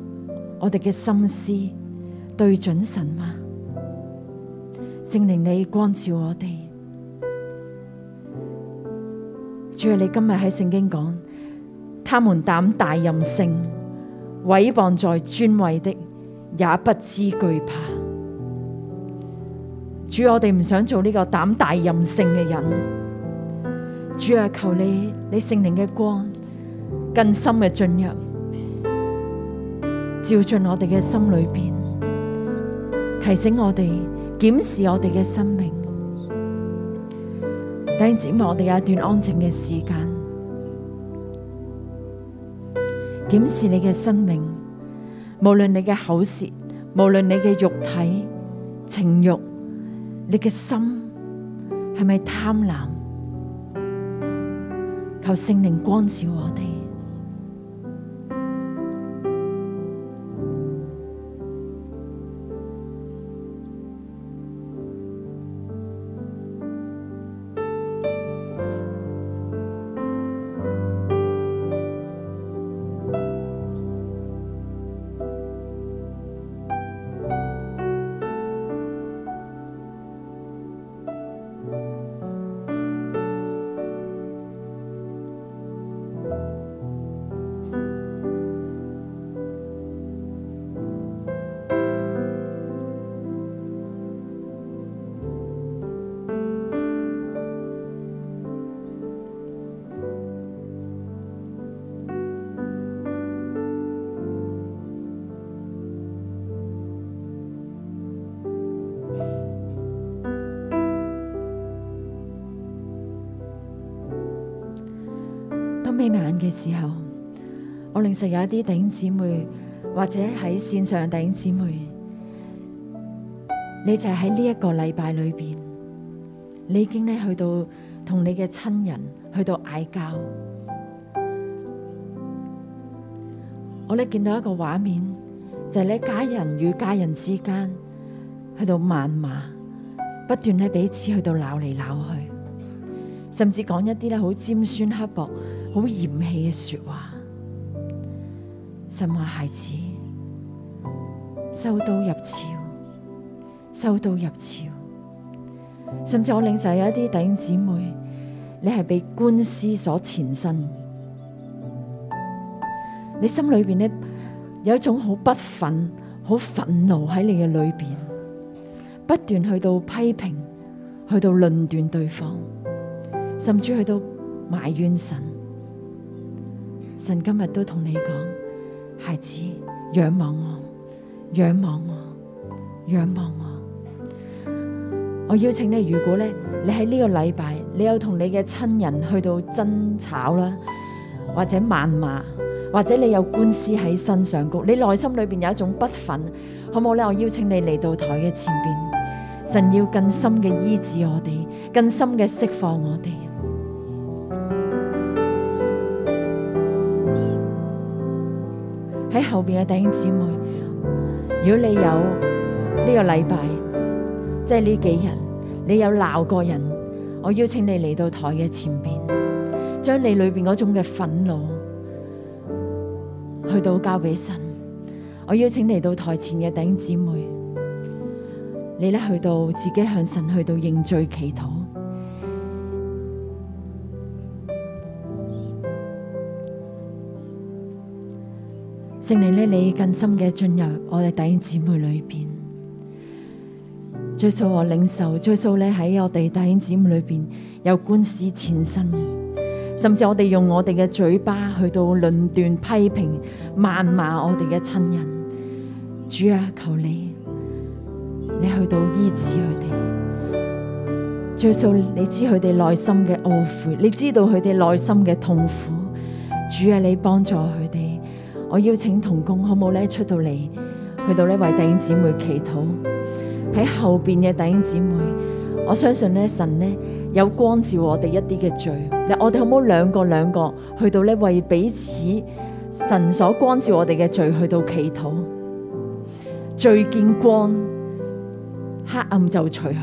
G: 我哋嘅心思对准神嘛？圣灵你光照我哋。主啊，你今日喺圣经讲，他们胆大任性，毁谤在尊位的，也不知惧怕。主，啊我哋唔想做呢个胆大任性嘅人。主啊，求你，你圣灵嘅光更深嘅进入，照进我哋嘅心里边，提醒我哋。检视我哋嘅生命。弟兄姊妹，我哋有一段安静嘅时间，检视你嘅生命，无论你嘅口舌，无论你嘅肉体、情欲，你嘅心系咪贪婪？求圣灵光照我哋。当眯埋眼嘅時候，我令實有一啲弟兄姊妹或者喺線上嘅弟兄姊妹，你就係喺呢一個禮拜裏边，你已經咧去到同你嘅親人去到嗌交。我咧見到一個畫面，就係咧家人與家人之間去到谩罵，不斷咧彼此去到鬧嚟鬧去。甚至講一啲咧好尖酸刻薄、好嫌棄嘅说話。神話孩子，收刀入鞘，收刀入鞘。甚至我領受有一啲弟兄姊妹，你係被官司所纏身，你心裏边呢有一種好不忿、好憤怒喺你嘅裏边，不斷去到批評，去到論斷對方。甚至去到埋怨神。神今日都同你講，孩子，仰望我，仰望我，仰望我。我邀請你，如果咧你喺呢個禮拜，你有同你嘅親人去到爭吵啦，或者謾罵，或者你有官司喺身上高，你內心裏邊有一種不忿，好唔好咧？我邀請你嚟到台嘅前邊，神要更深嘅醫治我哋，更深嘅釋放我哋。喺後邊嘅弟兄姊妹，如果你有呢個禮拜，即係呢幾日，你有鬧過人，我邀請你嚟到台嘅前邊，將你裏邊嗰種嘅憤怒，去到交俾神。我邀請嚟到台前嘅弟兄姊妹，你咧去到自己向神去到認罪祈禱。圣灵呢，你更深嘅進入我哋弟兄姊妹裏边。最數我領受，最數咧喺我哋弟兄姊妹裏边有官司纏身，甚至我哋用我哋嘅嘴巴去到論斷、批評、谩罵我哋嘅親人。主啊，求你，你去到醫治佢哋。最數你知佢哋內心嘅懊悔，你知道佢哋內心嘅痛苦。主啊，你幫助佢哋。我邀請同工好冇咧出到嚟，去到呢為弟兄姊妹祈禱。喺後邊嘅弟兄姊妹，我相信咧神咧有光照我哋一啲嘅罪。嗱，我哋好冇兩個兩個去到咧為彼此神所光照我哋嘅罪去到祈禱。罪見光，黑暗就除去。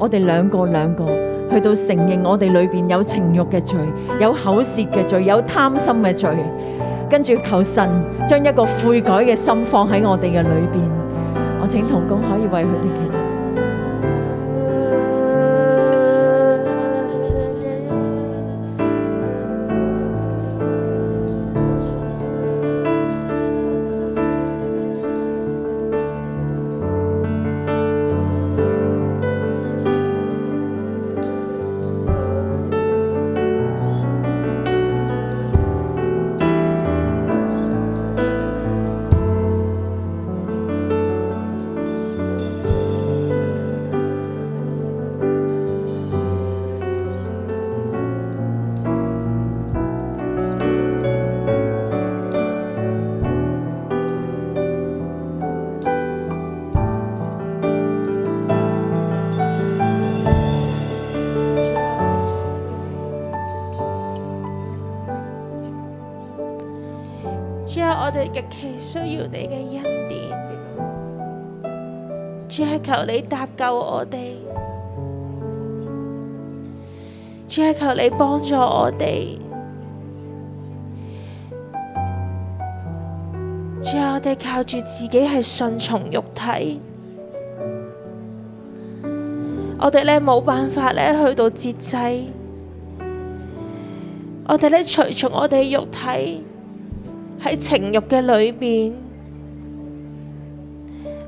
G: 我哋兩個兩個去到承認我哋裏邊有情慾嘅罪，有口舌嘅罪，有貪心嘅罪。跟住求神將一個悔改嘅心放喺我哋嘅裏邊。我請同工可以為佢哋祈禱。
H: 主啊，我哋極其需要你嘅恩典。主啊，求你搭救我哋。主啊，求你幫助我哋。主啊，我哋靠住自己係順從肉體，我哋呢冇辦法呢去到節制，我哋呢隨從我哋肉體。喺情欲嘅裏邊，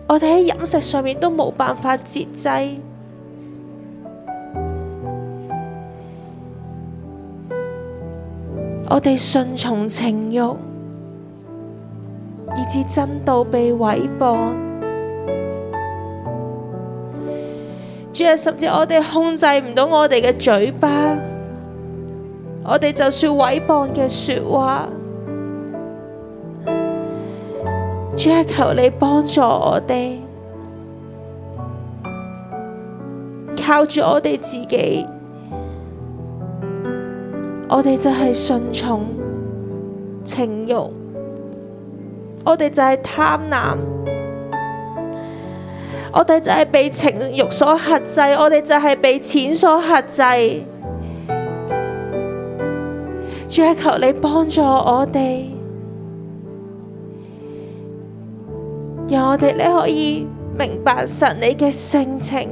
H: 我哋喺飲食上面都冇辦法節制。我哋順從情欲，以致真道被毀謗。主啊，甚至我哋控制唔到我哋嘅嘴巴，我哋就算毀謗嘅説話。主啊，求你幫助我哋，靠住我哋自己，我哋就係順從情欲，我哋就係貪婪，我哋就係被情欲所克制，我哋就係被錢所克制。主啊，求你幫助我哋。让我哋咧可以明白神你嘅性情。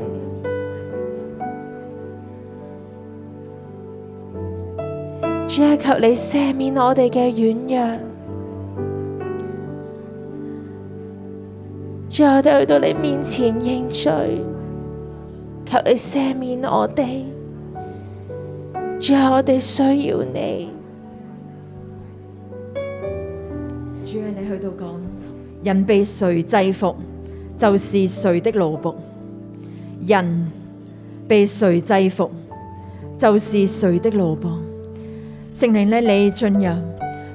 H: 主啊，求你赦免我哋嘅軟弱。主啊，我哋去到你面前認罪，求你赦免我哋。主啊，我哋需要你。
I: 主啊，你去到講，人被誰制服，就是誰的奴仆；人被誰制服，就是誰的奴仆。聖靈呢，你進入，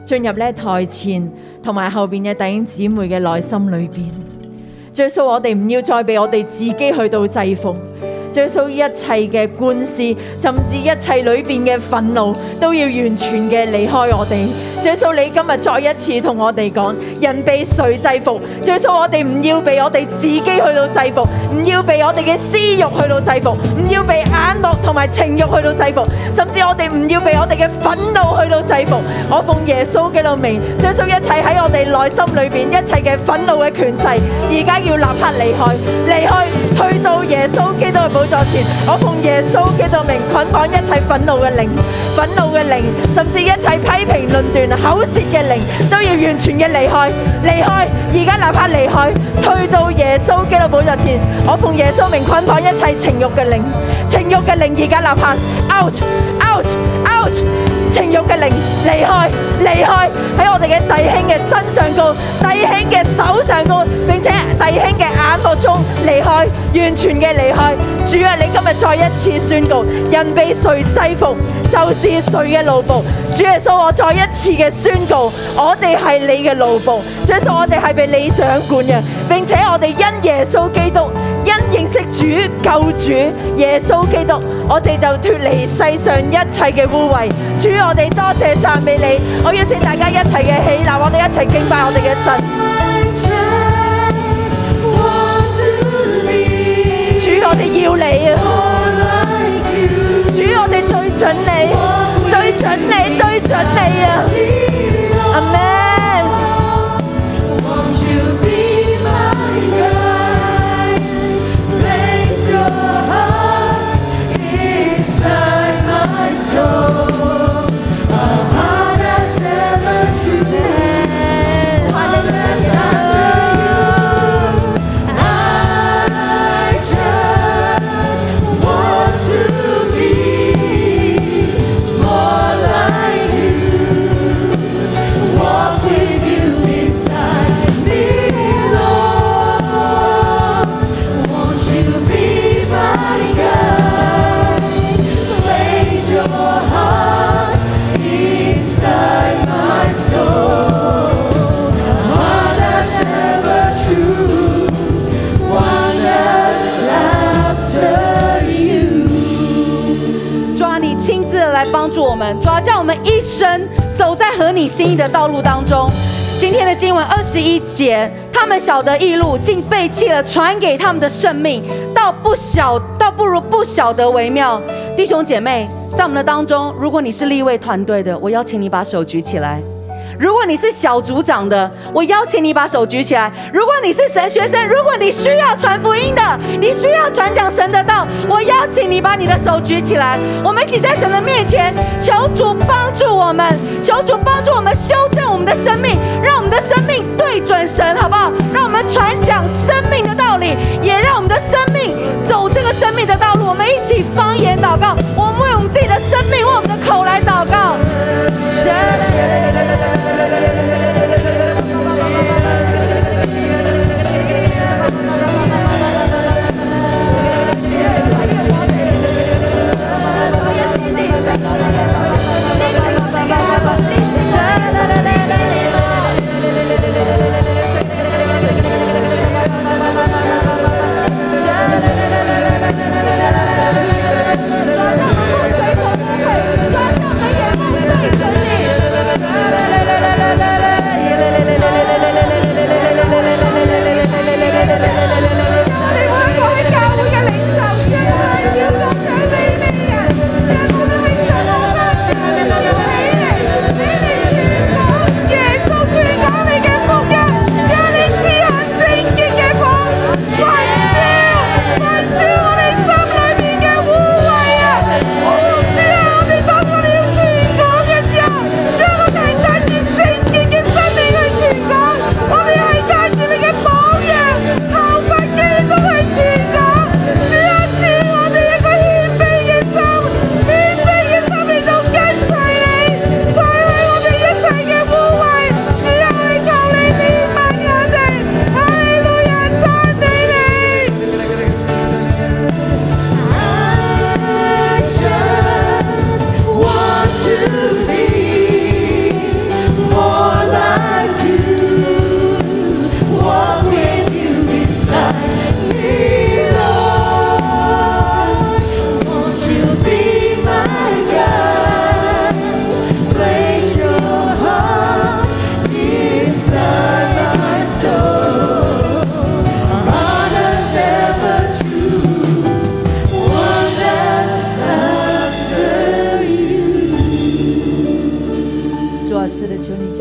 I: 進入呢台前同埋後邊嘅弟兄姊妹嘅內心裏邊。最數我哋唔要再被我哋自己去到制服。最數一切嘅官司，甚至一切裏邊嘅憤怒，都要完全嘅離開我哋。最數你今日再一次同我哋講，人被誰制服？最數我哋唔要被我哋自己去到制服，唔要被我哋嘅私欲去到制服，唔要被眼目同埋情欲去到制服，甚至我哋唔要被我哋嘅憤怒去到制服。我奉耶穌基督名，最數一切喺我哋內心裏邊一切嘅憤怒嘅權勢，而家要立刻離開，離開。退到耶穌基督嘅寶座前，我奉耶穌基督名捆綁一切憤怒嘅靈、憤怒嘅靈，甚至一切批評論斷、口舌嘅靈，都要完全嘅離開，離開！而家立刻離開，退到耶穌基督寶座前，我奉耶穌名捆綁一切情欲嘅靈、情欲嘅靈，而家立刻 out out out！情欲嘅靈離開，離開喺我哋嘅弟兄嘅身上高，弟兄嘅手上高，並且弟兄嘅眼目中離開，完全嘅離開。主啊，你今日再一次宣告，人被誰制服，就是誰嘅奴僕。主耶穌，我再一次嘅宣告，我哋係你嘅奴僕。主耶穌，我哋係被你掌管嘅，並且我哋因耶穌基督。因認識主救主耶穌基督，我哋就脱離世上一切嘅污穢。主，我哋多謝讚美你。我邀請大家一齊嘅起立，我哋一齊敬拜我哋嘅神。主，我哋要你啊！主，我哋對準你，對準你，對準你啊！阿門。
E: 主啊，你亲自来帮助我们，主啊，叫我们一生走在合你心意的道路当中。今天的经文二十一节，他们晓得异路，竟背弃了传给他们的生命，倒不晓，倒不如不晓得为妙。弟兄姐妹，在我们的当中，如果你是立位团队的，我邀请你把手举起来。如果你是小组长的，我邀请你把手举起来；如果你是神学生，如果你需要传福音的，你需要传讲神的道，我邀请你把你的手举起来。我们一起在神的面前求主帮助我们，求主帮助我们修正我们的生命，让我们的生命对准神，好不好？让我们传讲生命的道理，也让我们的生命走这个生命的道路。我们一起方言祷告，我们为我们自己的生命，为我们的口来祷告。
D: Thank you.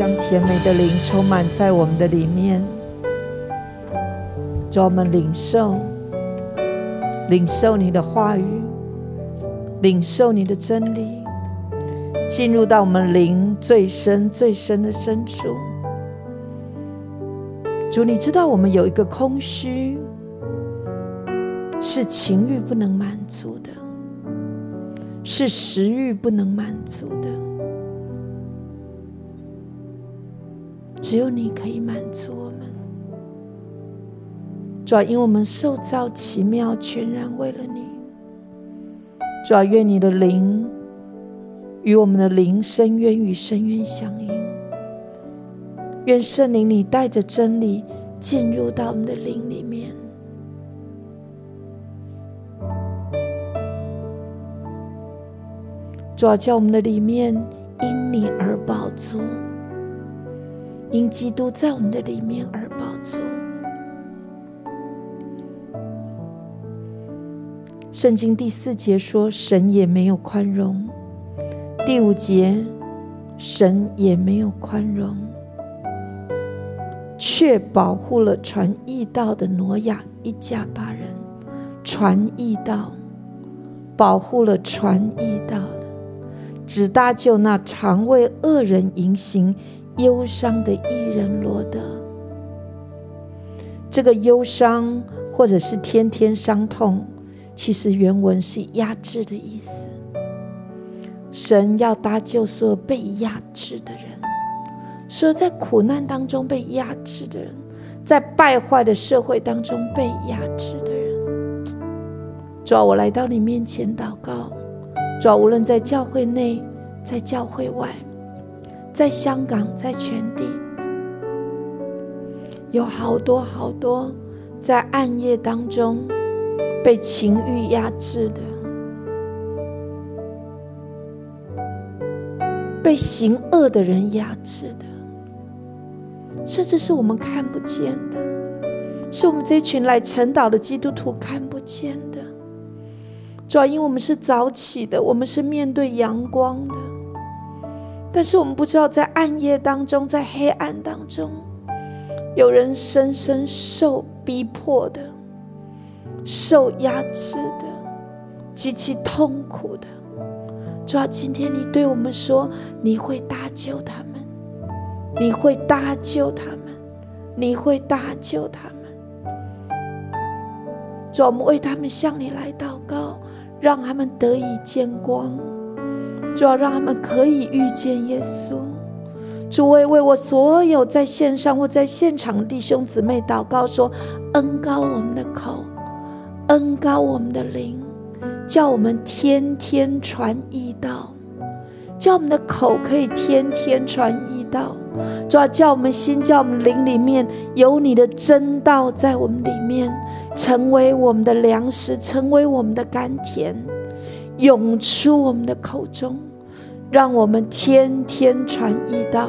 J: 啊甜美的灵充满在我们的里面。主，啊我们领受，领受你的话语，领受你的真理，进入到我们灵最深最深的深处。主，你知道我们有一个空虚，是情欲不能满足的，是食欲不能满足的。只有你可以满足我们。主要因为我们受造奇妙，全然为了你。主要愿你的灵与我们的灵深渊与深渊相应。愿圣灵你带着真理进入到我们的灵里面。主要叫我们的里面因你而饱足。因基督在我们的里面而饱足。圣经第四节说：“神也没有宽容。”第五节，神也没有宽容，却保护了传义道的挪亚一家八人。传义道，保护了传义道的，只搭救那常为恶人言行忧伤的伊人罗德。这个忧伤或者是天天伤痛，其实原文是压制的意思。神要搭救所有被压制的人，所有在苦难当中被压制的人，在败坏的社会当中被压制的人。主啊，我来到你面前祷告。主啊，无论在教会内，在教会外，在香港，在全地，有好多好多在暗夜当中被情欲压制的，被行恶的人压制的，甚至是我们看不见的，是我们这群来晨祷的基督徒看不见的。主要因为我们是早起的，我们是面对阳光的。但是我们不知道，在暗夜当中，在黑暗当中，有人深深受逼迫的、受压制的、极其痛苦的。主要今天你对我们说，你会搭救他们，你会搭救他们，你会搭救他们。主啊，我们为他们向你来祷告，让他们得以见光。主要让他们可以遇见耶稣。主，我也为我所有在线上或在现场的弟兄姊妹祷告说，恩高我们的口，恩高我们的灵，叫我们天天传义道，叫我们的口可以天天传义道。主要叫我们心，叫我们灵里面有你的真道在我们里面，成为我们的粮食，成为我们的甘甜。涌出我们的口中，让我们天天传一道。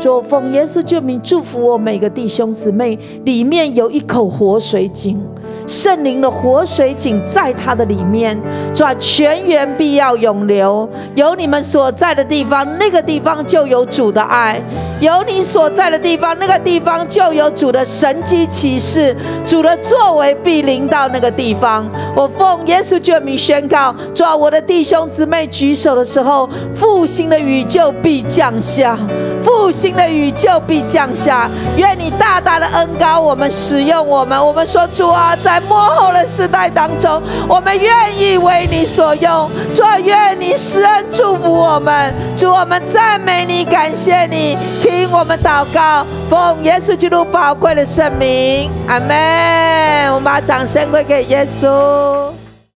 J: 主，我奉耶稣救名祝福我每个弟兄姊妹，里面有一口活水井，圣灵的活水井在他的里面。主啊，全源必要涌流，有你们所在的地方，那个地方就有主的爱；有你所在的地方，那个地方就有主的神机骑士，主的作为必临到那个地方。我奉耶稣救名宣告：主啊，我的弟兄姊妹举手的时候，复兴的雨就必降下。复兴的雨就必降下。愿你大大的恩高我们，使用我们。我们说主啊，在幕后的时代当中，我们愿意为你所用。主啊，愿你施恩祝福我们。主，啊我们赞美你，感谢你，听我们祷告，奉耶稣基督宝贵的圣名，阿门。我们把掌声归给耶稣。